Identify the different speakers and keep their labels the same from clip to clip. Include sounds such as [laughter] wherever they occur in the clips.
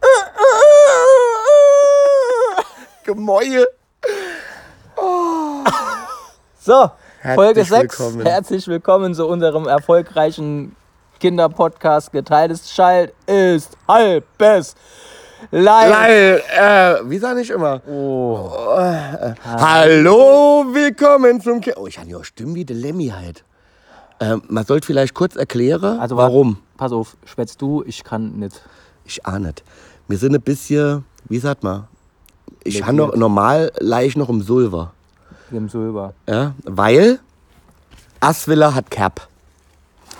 Speaker 1: [laughs]
Speaker 2: Gemäue.
Speaker 1: So,
Speaker 2: Herzlich
Speaker 1: Folge 6.
Speaker 2: willkommen.
Speaker 1: Herzlich willkommen zu unserem erfolgreichen Kinderpodcast. Geteiltes Schalt ist halbes Leid.
Speaker 2: Weil, äh, wie sag ich immer? Äh,
Speaker 1: Oh.
Speaker 2: Hallo, willkommen zum Ki Oh, ich habe ja Stimmen wie der Lemmy halt. Ähm, man sollte vielleicht kurz erklären,
Speaker 1: Also, wa-
Speaker 2: warum.
Speaker 1: Pass auf, schwätzt du, ich kann nicht.
Speaker 2: Ich ahne nicht. Wir sind ein bisschen, wie sagt man? Ich habe noch
Speaker 1: Legiert.
Speaker 2: normal leicht noch im Sulver.
Speaker 1: Im Silber.
Speaker 2: Ja? Weil Aswiller hat Cap.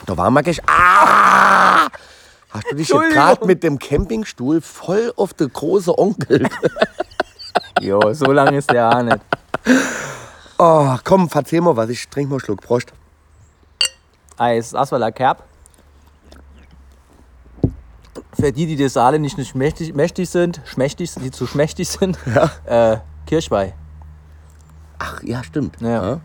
Speaker 2: Da waren wir gleich. Ah! Hast du dich jetzt gerade
Speaker 1: Entschuldigung.
Speaker 2: mit dem Campingstuhl voll auf den große
Speaker 1: [laughs]
Speaker 2: Onkel?
Speaker 1: Jo, so lang ist der auch nicht.
Speaker 2: Oh, komm, verzeih mal was. Ich trinke mal einen Schluck. Prost.
Speaker 1: Eis Aswala Kerb. Für die, die das alle nicht, nicht mächtig, mächtig sind, schmächtig, die zu schmächtig sind, äh, Kirchweih.
Speaker 2: Ach, ja, stimmt.
Speaker 1: Ja.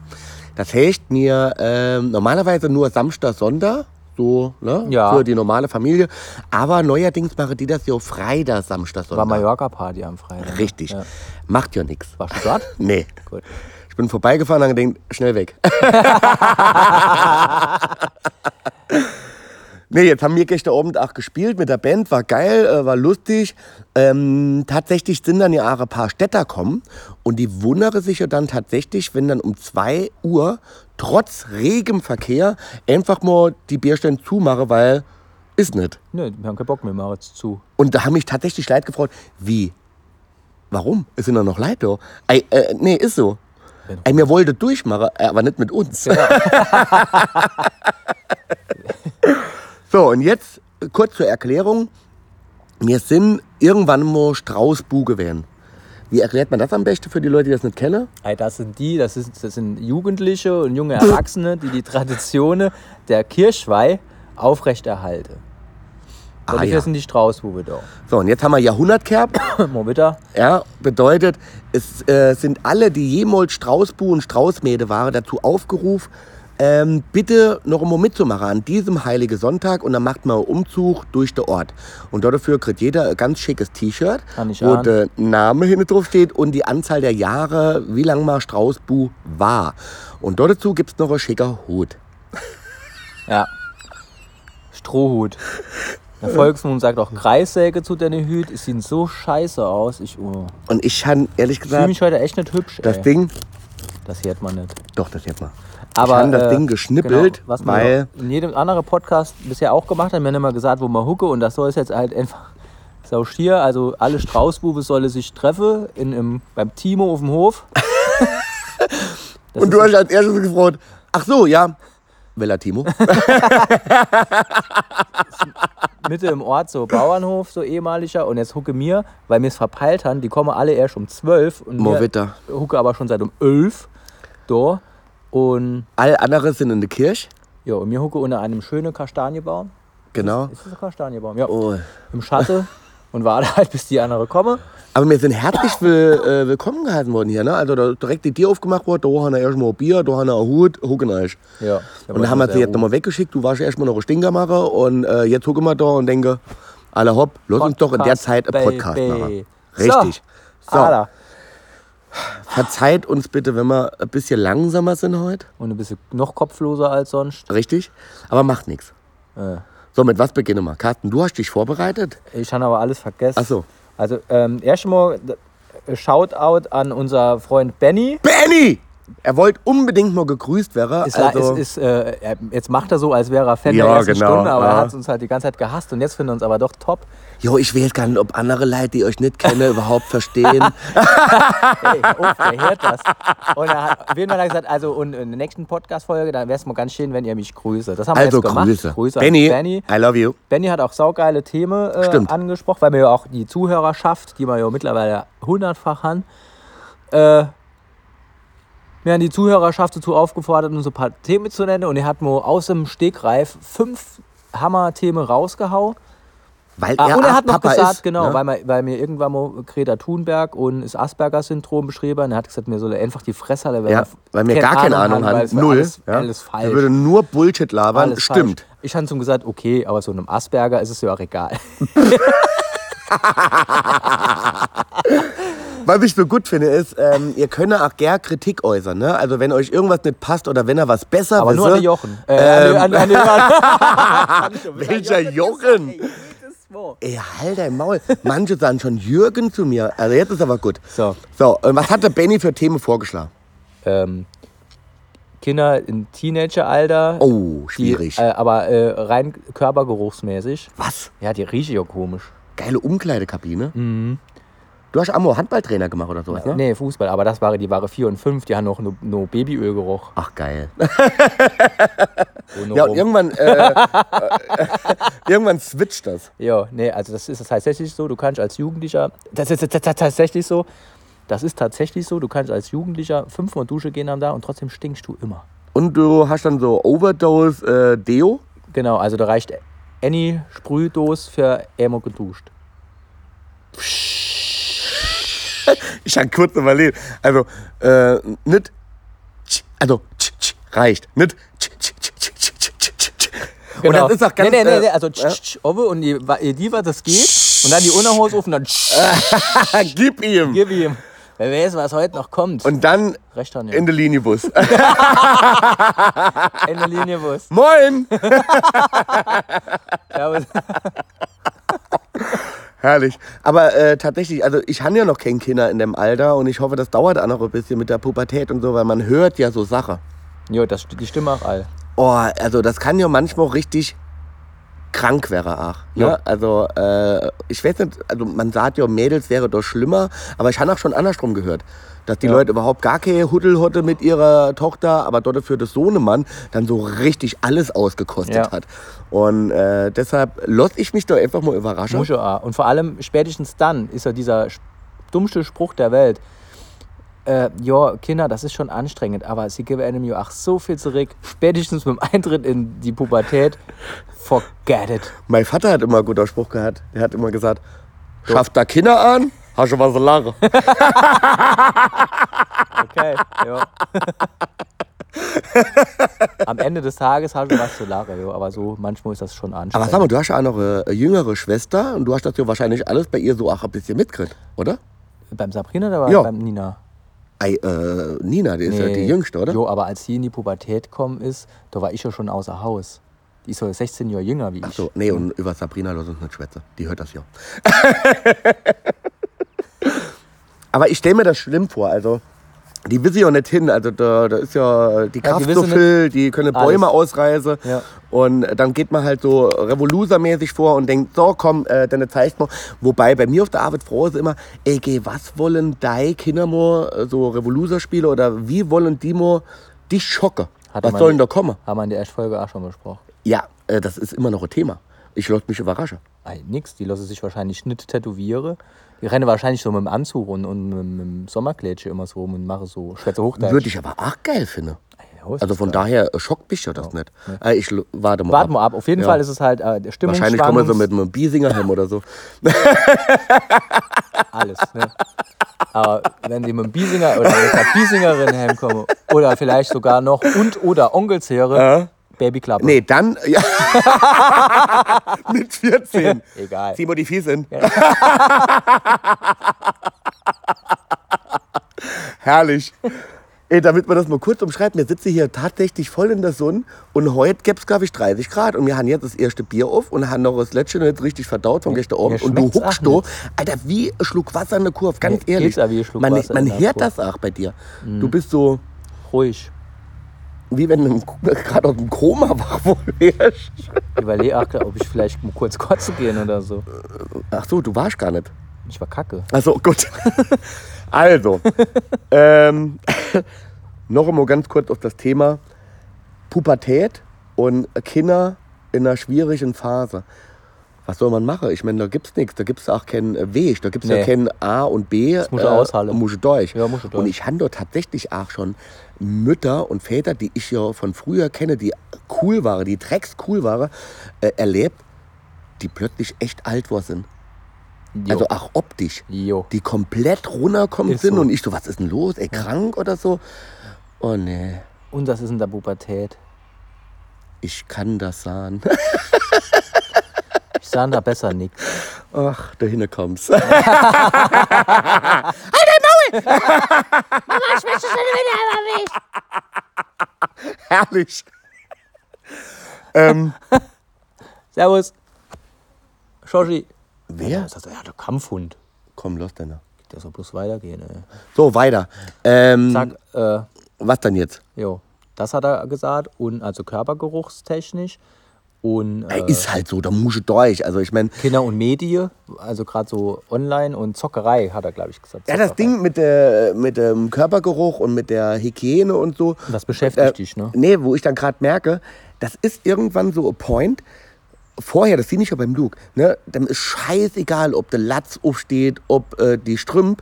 Speaker 2: Das heißt mir ähm, normalerweise nur Samstag, Sonntag. So, ne?
Speaker 1: Ja.
Speaker 2: Für die normale Familie. Aber neuerdings machen die das ja Freitag, Samstag,
Speaker 1: War
Speaker 2: Sonntag.
Speaker 1: Mallorca-Party am Freitag. ne?
Speaker 2: Richtig.
Speaker 1: Ja.
Speaker 2: Macht ja nichts.
Speaker 1: Warst du dort?
Speaker 2: [laughs] Nee.
Speaker 1: Gut.
Speaker 2: Ich bin vorbeigefahren und gedacht, schnell weg. nee, jetzt haben wir gestern Abend auch gespielt mit der Band, war geil, äh, war lustig. Ähm, tatsächlich sind dann ja auch ein paar Städter kommen und die wundern sich ja dann tatsächlich, wenn dann um 2 Uhr trotz regem Verkehr einfach mal die Bierstände zumache, weil ist nicht.
Speaker 1: Nö, wir haben keinen Bock mehr, machen jetzt zu.
Speaker 2: Und da haben mich tatsächlich Leid gefreut, wie? Warum? Es sind da noch Leute da? Ey, äh, nee, ist so. Ey, mir wollte durchmachen, äh, aber nicht mit uns. [laughs] so, und jetzt äh, kurz zur Erklärung. Wir sind irgendwann mal Straußbu gewesen. Wie erklärt man das am besten für die Leute, die das nicht kennen?
Speaker 1: Ey, das sind die, das, ist, das sind Jugendliche und junge Erwachsene, die die Traditionen der Kirchweih aufrechterhalten. Und
Speaker 2: Ah,
Speaker 1: ich
Speaker 2: ja.
Speaker 1: ja. sind die Straußbube da.
Speaker 2: So, und jetzt haben wir Jahrhundertkerb.
Speaker 1: [laughs] Momentan.
Speaker 2: Ja, bedeutet, es äh, sind alle, die jemals Straußbu und Straußmäde waren, dazu aufgerufen, ähm, bitte noch einmal mitzumachen an diesem Heilige Sonntag und dann macht man einen Umzug durch den Ort. Und dafür kriegt jeder ein ganz schickes T-Shirt,
Speaker 1: Kann ich
Speaker 2: wo
Speaker 1: ahnen.
Speaker 2: der Name hinten drauf steht und die Anzahl der Jahre, wie lange mal Straußbu war. Und dort dazu gibt es noch einen schicker Hut.
Speaker 1: Ja. Strohhut.
Speaker 2: Äh.
Speaker 1: Der Volksmund sagt auch Kreissäge zu deine Hüt. Es sieht so scheiße aus. Ich, oh.
Speaker 2: Und ich habe ehrlich
Speaker 1: ich fühle
Speaker 2: gesagt,
Speaker 1: mich heute echt nicht hübsch.
Speaker 2: das
Speaker 1: ey.
Speaker 2: Ding,
Speaker 1: das hört man nicht.
Speaker 2: doch, das jetzt mal.
Speaker 1: Aber,
Speaker 2: ich habe das
Speaker 1: äh,
Speaker 2: Ding geschnippelt,
Speaker 1: genau, was man
Speaker 2: weil...
Speaker 1: auch in jedem anderen Podcast bisher auch gemacht hat, wir haben immer gesagt, wo man hucke und das soll es jetzt halt einfach [laughs] sau schier. Also alle Straußbube sollen sich treffen in, im, beim Timo auf dem Hof. [laughs] Das
Speaker 2: und
Speaker 1: ist-
Speaker 2: du hast als erstes gefragt, ach so, ja, Bella
Speaker 1: [laughs]
Speaker 2: Timo.
Speaker 1: Mitte im Ort, so Bauernhof, so ehemaliger. Und jetzt hucke mir, weil wir es verpeilt haben, die kommen alle erst um 12 und
Speaker 2: Mo
Speaker 1: wir
Speaker 2: Witter.
Speaker 1: hucke aber schon seit um 11 da. Und
Speaker 2: All andere sind in der Kirche,
Speaker 1: ja, und mir hucke unter einem schönen Kastanienbaum.
Speaker 2: genau.
Speaker 1: Ist das ein Kastanienbaum? Ja,
Speaker 2: Oh. [laughs]
Speaker 1: im Schatten und warte halt, bis die andere kommen.
Speaker 2: Aber wir sind herzlich will, äh, willkommen geheißen worden hier, ne? Also da direkt die Tür aufgemacht worden, da haben wir erstmal ein Bier, da haben wir einen Hut, hucken euch.
Speaker 1: Ja.
Speaker 2: Und dann haben wir sie jetzt nochmal weggeschickt, du warst erstmal noch ein Stinker machen und äh, jetzt gucken wir da und denke, alle hopp, lass uns doch in der
Speaker 1: Podcast,
Speaker 2: Zeit einen Podcast
Speaker 1: Baby.
Speaker 2: machen.
Speaker 1: So.
Speaker 2: Richtig. So,
Speaker 1: Alter.
Speaker 2: verzeiht uns bitte, wenn wir ein bisschen langsamer sind heute.
Speaker 1: Und ein bisschen noch kopfloser als sonst.
Speaker 2: Richtig? Aber macht nichts.
Speaker 1: Äh,
Speaker 2: So, mit was beginnen wir? Carsten, du hast dich vorbereitet?
Speaker 1: Ich habe aber alles vergessen.
Speaker 2: Ach so.
Speaker 1: Also, ähm, erstmal d- äh, Shoutout an unser Freund Benny.
Speaker 2: Benny! Er wollte unbedingt mal gegrüßt werden.
Speaker 1: Ist,
Speaker 2: also,
Speaker 1: ist, ist, äh, er- jetzt macht er so, als wäre er Fan der
Speaker 2: Ja,
Speaker 1: ersten
Speaker 2: genau,
Speaker 1: Stunde, aber er
Speaker 2: ja.
Speaker 1: hat uns halt die ganze Zeit gehasst und jetzt finden wir uns aber doch top.
Speaker 2: jo, ich weiß gar nicht, ob andere Leute, die euch nicht
Speaker 1: [laughs]
Speaker 2: kennen, überhaupt verstehen.
Speaker 1: Ey, auf, oh, der hört das. Und er hat, auf jeden Fall hat er gesagt, also und in der nächsten Podcast-Folge, dann wäre es mal ganz schön, wenn ihr mich grüßt. Das haben wir
Speaker 2: Also
Speaker 1: jetzt gemacht.
Speaker 2: Grüße.
Speaker 1: Grüße
Speaker 2: Benny,
Speaker 1: an Benny.
Speaker 2: I love you.
Speaker 1: Benny hat auch saugeile Themen äh,
Speaker 2: Stimmt.
Speaker 1: angesprochen, weil wir ja auch die Zuhörerschaft, die wir ja mittlerweile hundertfach haben, äh, wir haben die Zuhörerschaft dazu aufgefordert, uns ein paar Themen zu nennen und er hat mir aus dem Stegreif fünf Hammer-Themen rausgehauen.
Speaker 2: Weil
Speaker 1: Ah,
Speaker 2: er,
Speaker 1: und er hat
Speaker 2: auch
Speaker 1: noch
Speaker 2: Papa
Speaker 1: gesagt,
Speaker 2: ist,
Speaker 1: genau,
Speaker 2: ne?
Speaker 1: weil, mir, weil mir irgendwann mal Greta Thunberg und das Asperger-Syndrom beschrieben und er hat gesagt, mir soll er einfach die Fresse alle, weil
Speaker 2: ja,
Speaker 1: er
Speaker 2: weil wir gar keine Ahnung
Speaker 1: weil
Speaker 2: haben.
Speaker 1: es war
Speaker 2: Null.
Speaker 1: Alles,
Speaker 2: ja.
Speaker 1: alles
Speaker 2: Er
Speaker 1: falsch.
Speaker 2: würde nur Bullshit labern.
Speaker 1: Alles
Speaker 2: Stimmt.
Speaker 1: Falsch. Ich habe ihm gesagt, okay, aber so einem Asperger ist es ja auch egal.
Speaker 2: was ich so gut finde, ist, ähm, ihr könnt auch gern Kritik äußern. Ne? Also wenn euch irgendwas nicht passt oder wenn er was besser
Speaker 1: Aber nur an die
Speaker 2: wisse,
Speaker 1: Jochen. Äh, an die- an, an, die- [laughs]
Speaker 2: welcher Jochen? Ey, halt dein Maul. Manche sagen schon Jürgen zu mir. Also jetzt ist aber gut.
Speaker 1: So.
Speaker 2: So, und was hat der Benny für Themen vorgeschlagen?
Speaker 1: ähm, Kinder im Teenageralter.
Speaker 2: Oh, schwierig.
Speaker 1: Die, äh, aber äh, rein körpergeruchsmäßig.
Speaker 2: was?
Speaker 1: Ja, die rieche ja komisch.
Speaker 2: Geile Umkleidekabine. Du hast Ammo Handballtrainer gemacht oder sowas, ne?
Speaker 1: Nee, Fußball, aber das waren die waren 4 und 5, die haben noch nur no Babyölgeruch.
Speaker 2: Ach, geil.
Speaker 1: ohne
Speaker 2: Ja, und
Speaker 1: rum.
Speaker 2: irgendwann, äh, [laughs] äh, irgendwann switcht das.
Speaker 1: ja, nee, also das ist tatsächlich so, du kannst als Jugendlicher, das ist tats- tats- tatsächlich so, das ist tatsächlich so, du kannst als Jugendlicher fünfmal Dusche gehen am Tag und trotzdem stinkst du immer.
Speaker 2: Und du hast dann so Overdose äh, Deo.
Speaker 1: Genau, also da reicht any Sprühdose für immer geduscht.
Speaker 2: Ich habe kurz überlegt. Also, äh, nicht. tsch, Also, tsch, tsch, reicht. Nicht. tsch, tsch, tsch, tsch, tsch, tsch, tsch, tsch, tsch.
Speaker 1: Genau.
Speaker 2: Und das ist auch ganz.
Speaker 1: Nee, nee, nee, nee,
Speaker 2: äh,
Speaker 1: also tsch, tsch, tsch, Owe und die, Wa- äh, die, was das geht, und dann die Unterhose auf und dann tsch,
Speaker 2: ah, gib ihm.
Speaker 1: gib ihm. Wer weiß, was heute noch kommt.
Speaker 2: Und dann
Speaker 1: Recht an
Speaker 2: in
Speaker 1: Ende
Speaker 2: den Linienbus.
Speaker 1: Linie
Speaker 2: [laughs]
Speaker 1: Wurst.
Speaker 2: Moin! [laughs]
Speaker 1: Servus.
Speaker 2: Herrlich. Aber äh, tatsächlich, also ich habe ja noch kein Kinder in dem Alter und ich hoffe, das dauert auch noch ein bisschen mit der Pubertät und so, weil man hört ja so Sache.
Speaker 1: Jo, das, die Stimme auch all.
Speaker 2: Oh, also das kann ja manchmal richtig krank wäre auch. Ne?
Speaker 1: Ja.
Speaker 2: Also äh, ich weiß nicht, also man sagt ja, Mädels wäre doch schlimmer, aber ich habe auch schon andersrum gehört, dass die
Speaker 1: Ja.
Speaker 2: Leute überhaupt gar keine Huddelhotte mit ihrer Tochter, aber dort für das Sohnemann dann so richtig alles ausgekostet
Speaker 1: Ja.
Speaker 2: hat. Und äh, deshalb lasse ich mich doch einfach mal überraschen.
Speaker 1: Muss ja auch. Und vor allem, spätestens dann ist ja dieser sch- dummste Spruch der Welt. Äh, ja, Kinder, das ist schon anstrengend, aber sie geben einem ja auch so viel zurück. Spätestens mit dem Eintritt in die Pubertät, forget it.
Speaker 2: Mein Vater hat immer einen guten Spruch gehabt. Er hat immer gesagt, schafft da Kinder an, hast du was zu lachen.
Speaker 1: Okay,
Speaker 2: [laughs]
Speaker 1: ja. Am Ende des Tages hast du was zu lachen, ja, aber so manchmal ist das schon anstrengend.
Speaker 2: Aber sag mal, du hast ja auch noch äh, eine, eine jüngere Schwester und du hast das ja wahrscheinlich alles bei ihr so auch ein bisschen mitgekriegt, oder?
Speaker 1: beim Sabrina oder
Speaker 2: Ja.
Speaker 1: beim Nina?
Speaker 2: Ei, äh, Nina, die ist ja die
Speaker 1: Nee.
Speaker 2: Jüngste, oder?
Speaker 1: Jo, aber als sie in die Pubertät gekommen ist, da war ich ja schon außer Haus. Die ist ja 16 Jahre jünger wie ich.
Speaker 2: Ach so, nee, und über Sabrina lass uns nicht schwätzen. Die hört das ja. [laughs] Aber ich stelle mir das schlimm vor, also... Die wissen ja nicht hin, also da, da ist ja die
Speaker 1: Ja, die
Speaker 2: Kraft so
Speaker 1: wissen
Speaker 2: viel, die können
Speaker 1: alles.
Speaker 2: Bäume ausreißen.
Speaker 1: Ja.
Speaker 2: Und dann geht man halt so Revoluser-mäßig vor und denkt, so komm, äh, dann zeigt man. Wobei bei mir auf der Arbeit froh ist immer, ey, geh, was wollen die Kinder mo, äh, so Revoluser spielen oder wie wollen die mo dich schocken?
Speaker 1: Hatte
Speaker 2: was
Speaker 1: man-
Speaker 2: sollen da kommen?
Speaker 1: Haben wir in der ersten Folge auch schon besprochen.
Speaker 2: Ja, äh, das ist immer noch ein Thema. Ich lasse mich überraschen.
Speaker 1: Ei, nix, die lassen sich wahrscheinlich nicht tätowieren. Die rennen wahrscheinlich so mit dem Anzug und, und mit, mit dem Sommerkleidchen immer so rum und machen so Schwätze Hochdeutsch.
Speaker 2: Würde ich aber auch geil finden.
Speaker 1: Ah, Ja, ist
Speaker 2: Also
Speaker 1: das
Speaker 2: von
Speaker 1: geil.
Speaker 2: daher äh, schockt mich ja das nicht. Äh, ich l- warte mal
Speaker 1: Warten
Speaker 2: ab.
Speaker 1: wir ab. Auf jeden
Speaker 2: Ja.
Speaker 1: Fall ist es halt äh, Stimmung.
Speaker 2: Wahrscheinlich kommen wir so mit einem Biesinger heim oder
Speaker 1: [laughs]
Speaker 2: so.
Speaker 1: alles. Ne? Aber wenn die mit dem Biesinger oder mit der Biesingerin heimkommen oder vielleicht sogar noch und oder Onkelshöre, Babyklappe.
Speaker 2: Nee, dann. [laughs] Ja. Mit 14.
Speaker 1: Egal.
Speaker 2: Zieh mal die Fiesen. [laughs] Herrlich. Ey, damit man das mal kurz umschreibt, wir sitzen hier tatsächlich voll in der Sonne und heute gäbe es, glaube ich, 30 Grad. Und wir haben jetzt das erste Bier auf und haben noch das letzte nicht richtig verdaut von gestern Abend. Und du
Speaker 1: schmeckt's
Speaker 2: huckst
Speaker 1: auch
Speaker 2: da, Alter, wie ein Schluck Wasser in der Kurve, ganz
Speaker 1: Mir
Speaker 2: ehrlich.
Speaker 1: geht's auch wie ein Schluck
Speaker 2: man
Speaker 1: Wasser
Speaker 2: man
Speaker 1: in der
Speaker 2: hört
Speaker 1: Kurve. Mhm.
Speaker 2: das auch bei dir. Du bist so,
Speaker 1: Ruhig.
Speaker 2: wie wenn du [laughs] gerade aus dem Koma [laughs] wach wohl wärst.
Speaker 1: Ich überlege auch, ob ich vielleicht mal kurz kotzen gehen oder so.
Speaker 2: Ach so, du warst gar nicht.
Speaker 1: Ich war kacke.
Speaker 2: Also gut. [laughs]
Speaker 1: [laughs]
Speaker 2: Also, ähm, [laughs] noch einmal ganz kurz auf das Thema Pubertät und Kinder in einer schwierigen Phase. Was soll man machen? Ich meine, da gibt's nichts, da gibt's auch keinen Weg, da gibt's ja
Speaker 1: Nee.
Speaker 2: keinen A und B. Das
Speaker 1: muss er aushalten.
Speaker 2: Muss ich durch.
Speaker 1: Ja, muss ich durch.
Speaker 2: Und ich habe tatsächlich auch schon Mütter und Väter, die ich ja von früher kenne, die cool waren, die drecks cool waren, äh, erlebt, die plötzlich echt alt worden sind.
Speaker 1: Jo.
Speaker 2: Also auch optisch
Speaker 1: Jo.
Speaker 2: die komplett runterkommen
Speaker 1: Ist
Speaker 2: sind
Speaker 1: so.
Speaker 2: und ich so, was ist denn los? Ey, krank oder so? Oh nee,
Speaker 1: Und das ist in der Pubertät.
Speaker 2: ich kann das sahen.
Speaker 1: Ich sah da besser nichts.
Speaker 2: Ach, dahin kommst. Halt dein
Speaker 3: ich möchte schon wieder einmal weg.
Speaker 2: [laughs] Herrlich. Ähm,
Speaker 1: Servus. Shoshi. Ja,
Speaker 2: Wer?
Speaker 1: das ist ja der Kampfhund.
Speaker 2: Komm, los, Denner.
Speaker 1: Der soll bloß weitergehen, ey.
Speaker 2: So, weiter. Ähm,
Speaker 1: Zack, äh,
Speaker 2: Was dann jetzt?
Speaker 1: jo. Das hat er gesagt. Und also körpergeruchstechnisch. Und
Speaker 2: Ey,
Speaker 1: äh,
Speaker 2: Ist halt so, da musst du durch. Also ich meine,
Speaker 1: Kinder und Medien, also gerade so online und Zockerei, hat er, glaube ich, gesagt.
Speaker 2: ja, das
Speaker 1: Zockerei.
Speaker 2: Ding mit, der, mit dem Körpergeruch und mit der Hygiene und so. Äh,
Speaker 1: Das beschäftigt dich, ne?
Speaker 2: Nee, wo ich dann gerade merke, das ist irgendwann so a point. Vorher, das sieht nicht auch beim Luke, ne? Dem ist scheißegal, ob der Latz aufsteht, ob äh, die Strümpf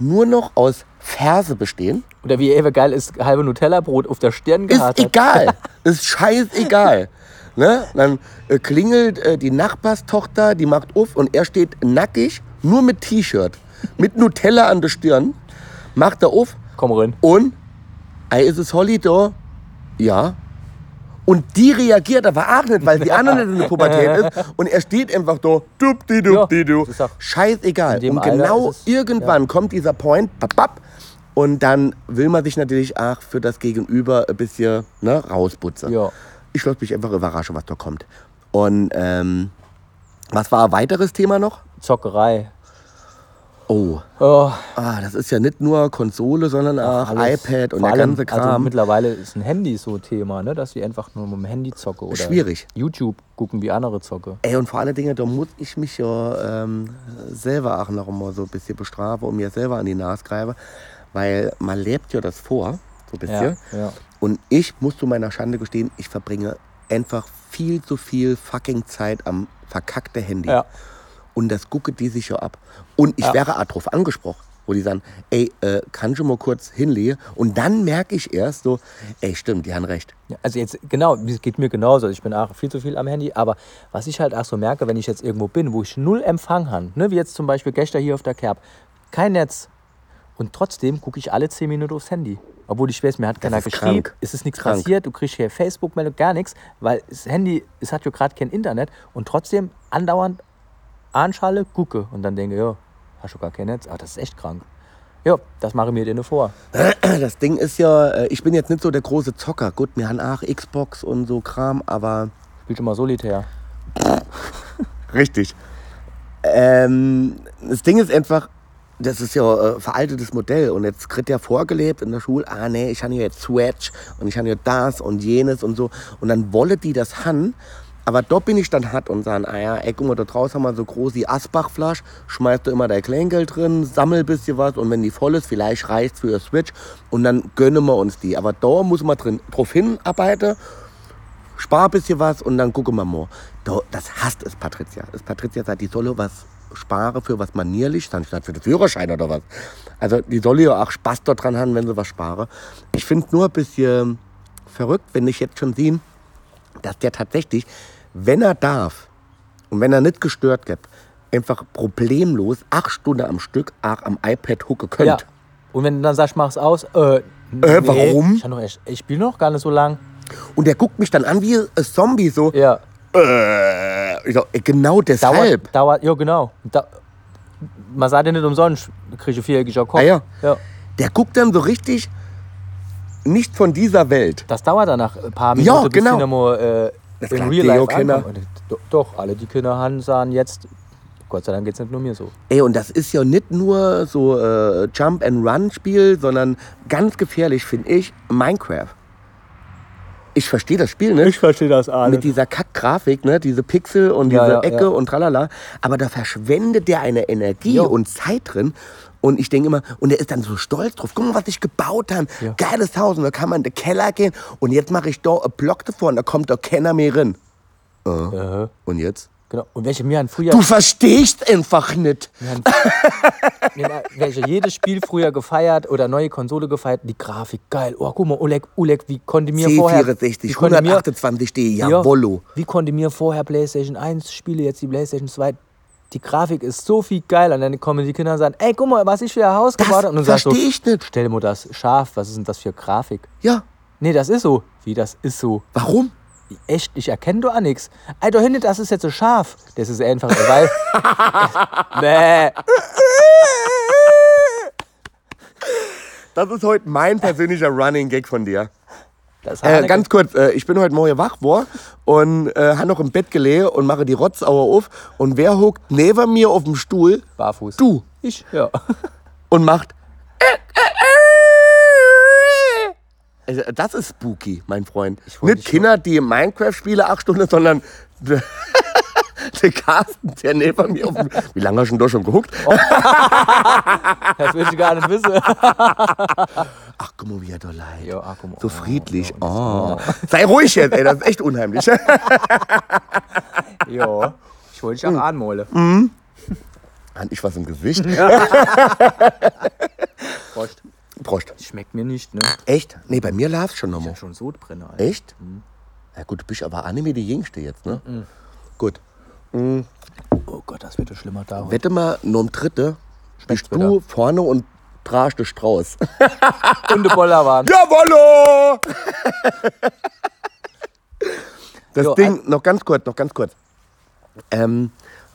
Speaker 2: nur noch aus Ferse bestehen.
Speaker 1: Oder wie Eva geil ist, halbe Nutella-Brot auf der Stirn
Speaker 2: Ist
Speaker 1: gehabt hat. [laughs]
Speaker 2: egal. ist scheißegal. Ne? Dann äh, klingelt äh, die Nachbarstochter, die macht auf und er steht nackig, nur mit T-Shirt, mit Nutella an der Stirn, macht er auf
Speaker 1: Komm rein.
Speaker 2: und, ey, ist es Holly da? Ja. Und die reagiert aber auch nicht, weil die andere nicht in der Pubertät
Speaker 1: [laughs]
Speaker 2: ist. Und er steht einfach da, dupdi dupdi du.
Speaker 1: Ja, das ist auch-
Speaker 2: Scheißegal.
Speaker 1: In dem
Speaker 2: Und genau
Speaker 1: Alter ist es-
Speaker 2: irgendwann kommt dieser Point, babab, und dann will man sich natürlich auch für das Gegenüber ein bisschen ne, rausputzen.
Speaker 1: Ja.
Speaker 2: Ich lasse mich einfach überraschen, was da kommt. Und ähm, was war ein weiteres Thema noch?
Speaker 1: Zockerei.
Speaker 2: Oh,
Speaker 1: Oh,
Speaker 2: ah, das ist ja nicht nur Konsole, sondern auch
Speaker 1: alles.
Speaker 2: iPad und
Speaker 1: Vor
Speaker 2: der
Speaker 1: allem,
Speaker 2: ganze Kram.
Speaker 1: Also mittlerweile ist ein Handy so ein Thema, ne? dass ich einfach nur mit dem Handy zocke. Oder
Speaker 2: Schwierig.
Speaker 1: YouTube gucken, wie andere zocke.
Speaker 2: Ey, und vor allen Dingen, da muss ich mich ja ähm, selber auch noch mal so ein bisschen bestrafen und mir selber an die Nase greifen, weil man lebt ja das vor, so ein bisschen.
Speaker 1: Ja, ja.
Speaker 2: Und ich muss zu meiner Schande gestehen, ich verbringe einfach viel zu viel fucking Zeit am verkackte Handy.
Speaker 1: Ja.
Speaker 2: Und das gucke die sich ja ab. Und ich wäre auch drauf angesprochen, wo die sagen, ey, äh, kannst du mal kurz hinlegen? Und dann merke ich erst so, ey, stimmt, die haben recht.
Speaker 1: Ja, Also jetzt, genau, es geht mir genauso. Ich bin auch viel zu viel am Handy. Aber was ich halt auch so merke, wenn ich jetzt irgendwo bin, wo ich null Empfang habe, ne, wie jetzt zum Beispiel gestern hier auf der Kerb, kein Netz. Und trotzdem gucke ich alle 10 Minuten aufs Handy. Obwohl ich weiß, mir hat keiner
Speaker 2: ist
Speaker 1: geschrieben,
Speaker 2: krank.
Speaker 1: es ist nichts
Speaker 2: Krank.
Speaker 1: passiert, du kriegst hier Facebook-Meldung, gar nichts, weil das Handy, es hat ja gerade kein Internet und trotzdem andauernd anschalle, gucke und dann denke, ja, hast du gar kein Netz, ah, das ist echt krank. Ja, das mache ich mir denen vor.
Speaker 2: [clears throat] Das Ding ist ja, äh, ich bin jetzt nicht so der große Zocker. Gut, wir haben auch Xbox und so Kram, aber.
Speaker 1: Spiel schon mal solitär.
Speaker 2: Richtig. Ähm, das Ding ist einfach, das ist ja äh, veraltetes Modell und jetzt kriegt ja vorgelebt in der Schule, ah nee, ich habe ja jetzt Swatch und ich habe ja das und jenes und so und dann wolle die das han, aber dort bin ich dann hat und sagen, ah ja, ey, guck mal, da draußen haben wir so große Asbach-Flasch, schmeißt du immer dein Kleingeld drin, sammel ein bisschen was und wenn die voll ist, vielleicht reicht's für ihr Switch und dann gönnen wir uns die, aber da muss man drin, drauf hinarbeiten spar ein bisschen was und dann gucken wir mal. Da- Das hasst es Patricia. Es Patricia sagt, die solle was sparen für was manierlich, dann statt für den Führerschein oder was. Also die solle ja auch Spaß dort dran haben, wenn sie was spare. Ich finde nur ein bisschen verrückt, wenn ich jetzt schon sehe, dass der tatsächlich, wenn er darf und wenn er nicht gestört wird, einfach problemlos acht Stunden am Stück auch am iPad hucke könnt.
Speaker 1: Ja. Und wenn du dann sagst, mach's aus, äh, nee,
Speaker 2: warum?
Speaker 1: Ich, hab noch echt, ich spiele noch gar nicht so lang.
Speaker 2: Und der guckt mich dann an wie ein Zombie so.
Speaker 1: Ja,
Speaker 2: Äh, ich sag, ey, genau deshalb.
Speaker 1: dauert, dauert, ja genau. Da, man sagt ja nicht umsonst, kriege ich viereckiger Kopf.
Speaker 2: Ah ja.
Speaker 1: ja.
Speaker 2: Der guckt dann so richtig nicht von dieser Welt.
Speaker 1: Das dauert dann nach ein paar
Speaker 2: Ja,
Speaker 1: Minuten, bis
Speaker 2: genau.
Speaker 1: die nochmal äh,
Speaker 2: Das
Speaker 1: in
Speaker 2: klappt
Speaker 1: Real
Speaker 2: eh,
Speaker 1: Life
Speaker 2: oh, Kinder.
Speaker 1: ankommen. Und do- Doch, alle die Kinder haben, sagen jetzt, Gott sei Dank geht's nicht nur mir so.
Speaker 2: Ey, und das ist ja nicht nur so äh, Jump-and-Run-Spiel, sondern ganz gefährlich, finde ich, Minecraft. Ich verstehe das Spiel ne? nicht.
Speaker 1: verstehe das alles.
Speaker 2: mit dieser Kack-Grafik, ne? diese Pixel und
Speaker 1: Ja,
Speaker 2: diese
Speaker 1: ja,
Speaker 2: Ecke
Speaker 1: ja.
Speaker 2: und tralala. Aber da verschwendet der eine Energie
Speaker 1: Jo.
Speaker 2: und Zeit drin. Und ich denke immer, und er ist dann so stolz drauf. Guck mal, was ich gebaut habe.
Speaker 1: Ja.
Speaker 2: Geiles Haus. Und da kann man in den Keller gehen. Und jetzt mache ich da einen Block davor und da kommt doch keiner mehr rein.
Speaker 1: Äh,
Speaker 2: Und jetzt?
Speaker 1: genau. Und welche mir haben früher,
Speaker 2: Du
Speaker 1: [laughs]
Speaker 2: verstehst einfach nicht.
Speaker 1: mir haben welche jedes Spiel früher gefeiert oder neue Konsole gefeiert, die Grafik, geil. Oh, guck mal, Oleg, Oleg, wie konnte mir vorher...
Speaker 2: C64,
Speaker 1: wie konnte mir-
Speaker 2: 128 D,
Speaker 1: Ja.
Speaker 2: jawollo.
Speaker 1: Wie konnte mir vorher PlayStation 1 Spiele, jetzt die PlayStation 2? Die Grafik ist so viel geiler. Und dann kommen die Kinder und sagen: Ey, guck mal, was ich für ein Haus gebaut habe. Und dann
Speaker 2: Das
Speaker 1: sagst du:
Speaker 2: verstehe ich nicht.
Speaker 1: Stell mir das scharf, was ist denn das für Grafik?
Speaker 2: Ja,
Speaker 1: Nee, das ist so. Wie, das ist so?
Speaker 2: warum?
Speaker 1: Echt, ich erkenne doch auch nichts. Ey, da hinten, das ist jetzt so scharf. Das ist einfach,
Speaker 2: [laughs]
Speaker 1: weil. nee.
Speaker 2: Das ist heute mein persönlicher Running Gag von dir.
Speaker 1: Das
Speaker 2: Äh,
Speaker 1: Haneke-
Speaker 2: ganz kurz, äh, ich bin heute Morgen wach war und äh, habe noch im Bett gelegen und mache die Rotzauer auf. Und wer hockt neben mir auf dem Stuhl?
Speaker 1: barfuß.
Speaker 2: Du.
Speaker 1: Ich, ja.
Speaker 2: Und macht. äh, Also, Das ist spooky, mein Freund.
Speaker 1: wollte
Speaker 2: Nicht
Speaker 1: schon-
Speaker 2: Kinder, die Minecraft spielen acht Stunden, sondern der [laughs] der Carsten, der neben mir auf dem. Wie lange hast du denn da schon gehuckt?
Speaker 1: Oh. Das will ich gar nicht wissen.
Speaker 2: [laughs] Ach, guck mal, wie er da leid.
Speaker 1: Ja, ach, guck mal.
Speaker 2: So friedlich. Oh. Sei ruhig jetzt, ey, das ist echt
Speaker 1: [laughs]
Speaker 2: unheimlich.
Speaker 1: Ja. Ich wollte dich
Speaker 2: Mm.
Speaker 1: auch anmalen.
Speaker 2: Hat ich was im Gesicht?
Speaker 1: Prost.
Speaker 2: Prost.
Speaker 1: Schmeckt mir nicht, ne?
Speaker 2: Echt? Nee, bei mir läuft schon nochmal.
Speaker 1: Ich hab schon Sodbrenner, Alter.
Speaker 2: Echt? Ja gut, du bist aber Anime die Jüngste jetzt, ne? Gut.
Speaker 1: Oh Gott, das wird ja schlimmer da.
Speaker 2: Wette mal, nur um dritte
Speaker 1: Schmeckt's
Speaker 2: bist du vorne und trasch den Strauß.
Speaker 1: Und der Boller waren.
Speaker 2: Jawollo! das
Speaker 1: Jo,
Speaker 2: Ding, noch ganz kurz, noch ganz kurz. Ähm,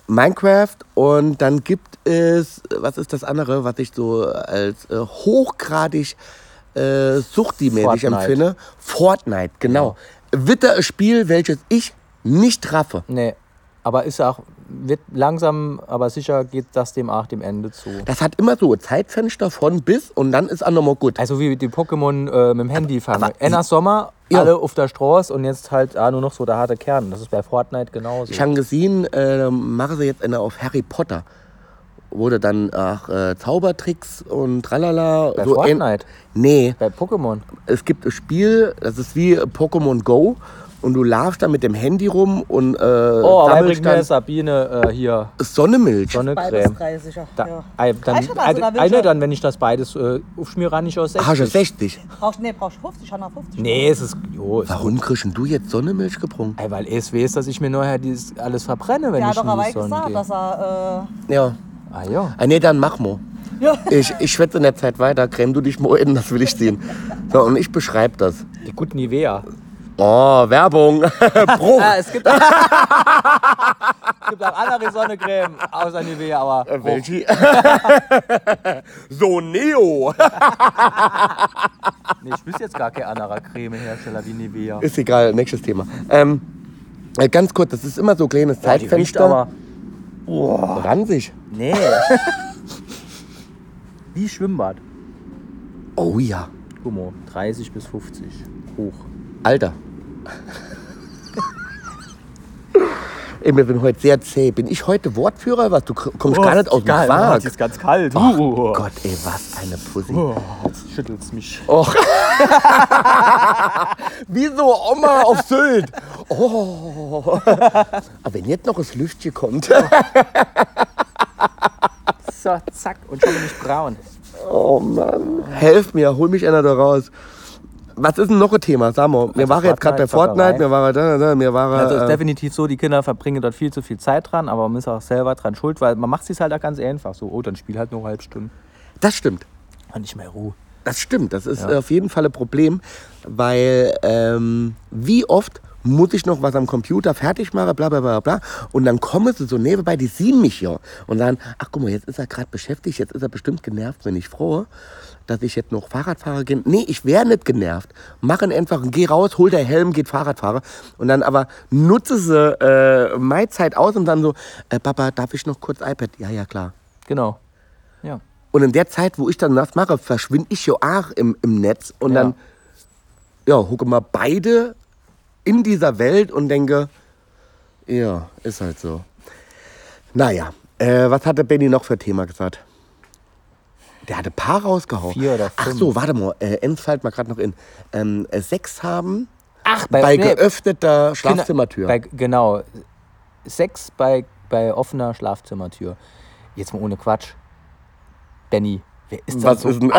Speaker 2: Minecraft und dann gibt es, was ist das andere, was ich so als äh, hochgradig äh, suchtimäßig
Speaker 1: Fortnite.
Speaker 2: empfinde? Fortnite, genau. Witter ein Spiel, welches ich nicht raffe.
Speaker 1: Nee. Aber ist auch, wird langsam, aber sicher geht das dem auch dem Ende zu.
Speaker 2: Das hat immer so ein Zeitfenster von bis und dann ist auch nochmal gut.
Speaker 1: Also wie die Pokémon äh, mit dem Handy fangen. Enna Sommer,
Speaker 2: Ja.
Speaker 1: alle auf der Straße und jetzt halt ah, nur noch so der harte Kern. Das ist bei Fortnite genauso.
Speaker 2: Ich habe gesehen, äh, machen sie jetzt eine auf Harry Potter. Wurde dann ach, äh, Zaubertricks und tralala.
Speaker 1: bei
Speaker 2: so ähn-
Speaker 1: Fortnite,
Speaker 2: Nee,
Speaker 1: bei Pokémon.
Speaker 2: es gibt ein Spiel, das ist wie Pokémon Go und du laufst da mit dem Handy rum und äh,
Speaker 1: Oh, aber
Speaker 2: sammelst
Speaker 1: bringt mir
Speaker 2: dann
Speaker 1: Sabine äh, hier
Speaker 2: Sonnenmilch.
Speaker 4: Beides
Speaker 1: Sonnencreme.
Speaker 4: drei sicher.
Speaker 1: Da,
Speaker 4: ja.
Speaker 1: ei, dann,
Speaker 4: Ah, ich hab also da
Speaker 1: ei,
Speaker 4: Wünsche.
Speaker 1: eine dann, wenn ich das beides äh, aufschmiere, ran ich aus 60.
Speaker 2: Hast du 60?
Speaker 4: Brauchst, nee, brauchst 50, Hanna, 50.
Speaker 1: Nee, es ist. Jo, es
Speaker 2: Warum kriegst denn du jetzt Sonnenmilch gebrungen?
Speaker 1: Ey, weil es weiß, dass ich mir neuer dieses alles verbrenne, wenn
Speaker 4: Der
Speaker 1: ich
Speaker 4: hat doch
Speaker 1: in
Speaker 4: aber
Speaker 1: die Sonne
Speaker 4: gesagt,
Speaker 1: gehe.
Speaker 4: dass er.
Speaker 2: Ja.
Speaker 1: Ah ja.
Speaker 2: Ah, nee, dann mach mal. Ich, ich schwätze in der Zeit weiter, creme du dich mal in, das will ich sehen. So, und ich beschreibe das.
Speaker 1: Die guten Nivea.
Speaker 2: Oh, Werbung. [laughs]
Speaker 4: äh,
Speaker 2: Bruch.
Speaker 1: Ah, es gibt auch, es gibt auch andere Sonnencreme außer Nivea, aber
Speaker 2: Äh, Welche? so Neo.
Speaker 1: nee, ich wüsste jetzt gar kein anderer Cremehersteller wie Nivea.
Speaker 2: [laughs] Ist egal, nächstes Thema. Ähm, äh, ganz kurz, das ist immer so kleines
Speaker 1: Ja, die riecht
Speaker 2: Zeitfenster.
Speaker 1: aber.
Speaker 2: Ranzig.
Speaker 1: Nee. [laughs] wie Schwimmbad.
Speaker 2: Oh ja.
Speaker 1: Gummo, 30 bis 50. Hoch.
Speaker 2: Alter. Ey, wir sind heute sehr zäh. Bin ich heute Wortführer? Was? Du k-
Speaker 1: Oh,
Speaker 2: kommst gar nicht aus dem Quark.
Speaker 1: ist ganz kalt.
Speaker 2: Oh Gott, ey, was eine Pussy.
Speaker 1: Jetzt schüttelt's mich.
Speaker 2: Och. Wie so Oma auf Sylt. Oh. [laughs] Aber wenn jetzt noch das Lüftchen kommt.
Speaker 1: So, zack. Und schon bin ich braun.
Speaker 2: Oh Mann. Helf mir, hol mich einer da raus. Was ist denn noch ein Thema? Sag mal, wir waren jetzt gerade bei Fortnite,
Speaker 1: Fortnite,
Speaker 2: wir waren da, da, da, wir waren.
Speaker 1: Also ist
Speaker 2: äh,
Speaker 1: definitiv so, die Kinder verbringen dort viel zu viel Zeit dran, aber man ist auch selber dran schuld, weil man macht es sich halt auch ganz einfach. So, oh, dann spiel halt nur eine halbe Stunde.
Speaker 2: das stimmt.
Speaker 1: Und nicht mehr Ruhe.
Speaker 2: Das stimmt. Das ist auf jeden Fall ein Problem, weil ähm, wie oft muss ich noch was am Computer fertig machen, bla bla bla bla. Und dann kommen sie so nebenbei, die sehen mich ja. Und dann, ach guck mal, jetzt ist er gerade beschäftigt, jetzt ist er bestimmt genervt, wenn ich froh, dass ich jetzt noch Fahrrad fahre. Geh- Nee, ich wäre nicht genervt. Machen einfach, geh raus, hol der Helm, geht Fahrrad fahre. Und dann aber nutze sie äh, meine Zeit aus und dann so, äh, Papa, darf ich noch kurz iPad? Ja, ja, klar.
Speaker 1: Genau. Ja.
Speaker 2: Und in der Zeit, wo ich dann das mache, verschwinde ich ja auch im, im Netz. Und
Speaker 1: Ja.
Speaker 2: dann, ja, hucke mal beide in dieser Welt und denke, ja, ist halt so. Naja, äh, was hatte Benny noch für Thema gesagt? Der hatte ein paar rausgehauen.
Speaker 1: Vier oder
Speaker 2: Ach
Speaker 1: fünf.
Speaker 2: so, warte mal, äh, entfällt mal gerade noch in. Ähm, äh, sechs haben
Speaker 1: Ach,
Speaker 2: bei, geöffneter Schlafzimmertür.
Speaker 1: Bei, genau. Sex bei, bei offener Schlafzimmertür. Jetzt mal ohne Quatsch. Benny, wer ist das
Speaker 2: was
Speaker 1: so?
Speaker 2: ist denn,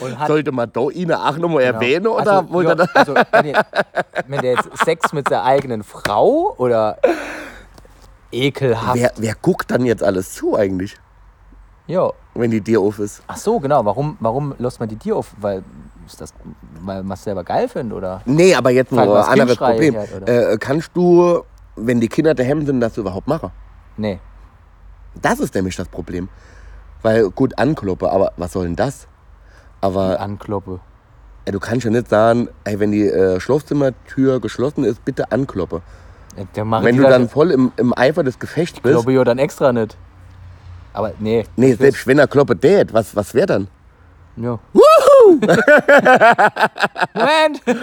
Speaker 1: Und
Speaker 2: [laughs]
Speaker 1: hat-
Speaker 2: sollte man da ihn auch nochmal
Speaker 1: genau.
Speaker 2: erwähnen? Oder
Speaker 1: also,
Speaker 2: wollte
Speaker 1: ja,
Speaker 2: er das?
Speaker 1: also, wenn, der, wenn der jetzt Sex mit seiner eigenen Frau oder ekelhaft.
Speaker 2: Wer, wer guckt dann jetzt alles zu eigentlich?
Speaker 1: Ja.
Speaker 2: wenn die dir auf ist.
Speaker 1: Ach so, genau. Warum, warum lässt man die Tier auf? Weil ist das, weil man es selber geil findet, oder?
Speaker 2: Nee, aber jetzt
Speaker 1: Frag
Speaker 2: mal
Speaker 1: mal
Speaker 2: ein
Speaker 1: das
Speaker 2: anderes
Speaker 1: Kindschrei
Speaker 2: Problem.
Speaker 1: hört, oder?
Speaker 2: äh, kannst du, wenn die Kinder daheim sind, das überhaupt machen?
Speaker 1: Nee.
Speaker 2: Das ist nämlich das Problem. Weil gut, ankloppe, aber was soll denn das? Aber
Speaker 1: Äh, Ankloppe.
Speaker 2: ey, du kannst ja nicht sagen, ey, wenn die äh, Schlafzimmertür geschlossen ist, bitte ankloppe.
Speaker 1: Ja, Äh, Dann machen
Speaker 2: Wenn
Speaker 1: Also die
Speaker 2: du
Speaker 1: das-
Speaker 2: dann voll im, im Eifer des Gefechts bist.
Speaker 1: Kloppe ja dann extra nicht. Aber nee.
Speaker 2: Nee,
Speaker 1: ich weiß-
Speaker 2: selbst wenn er kloppe dät, was, was wäre dann?
Speaker 1: Ja. [laughs] Moment!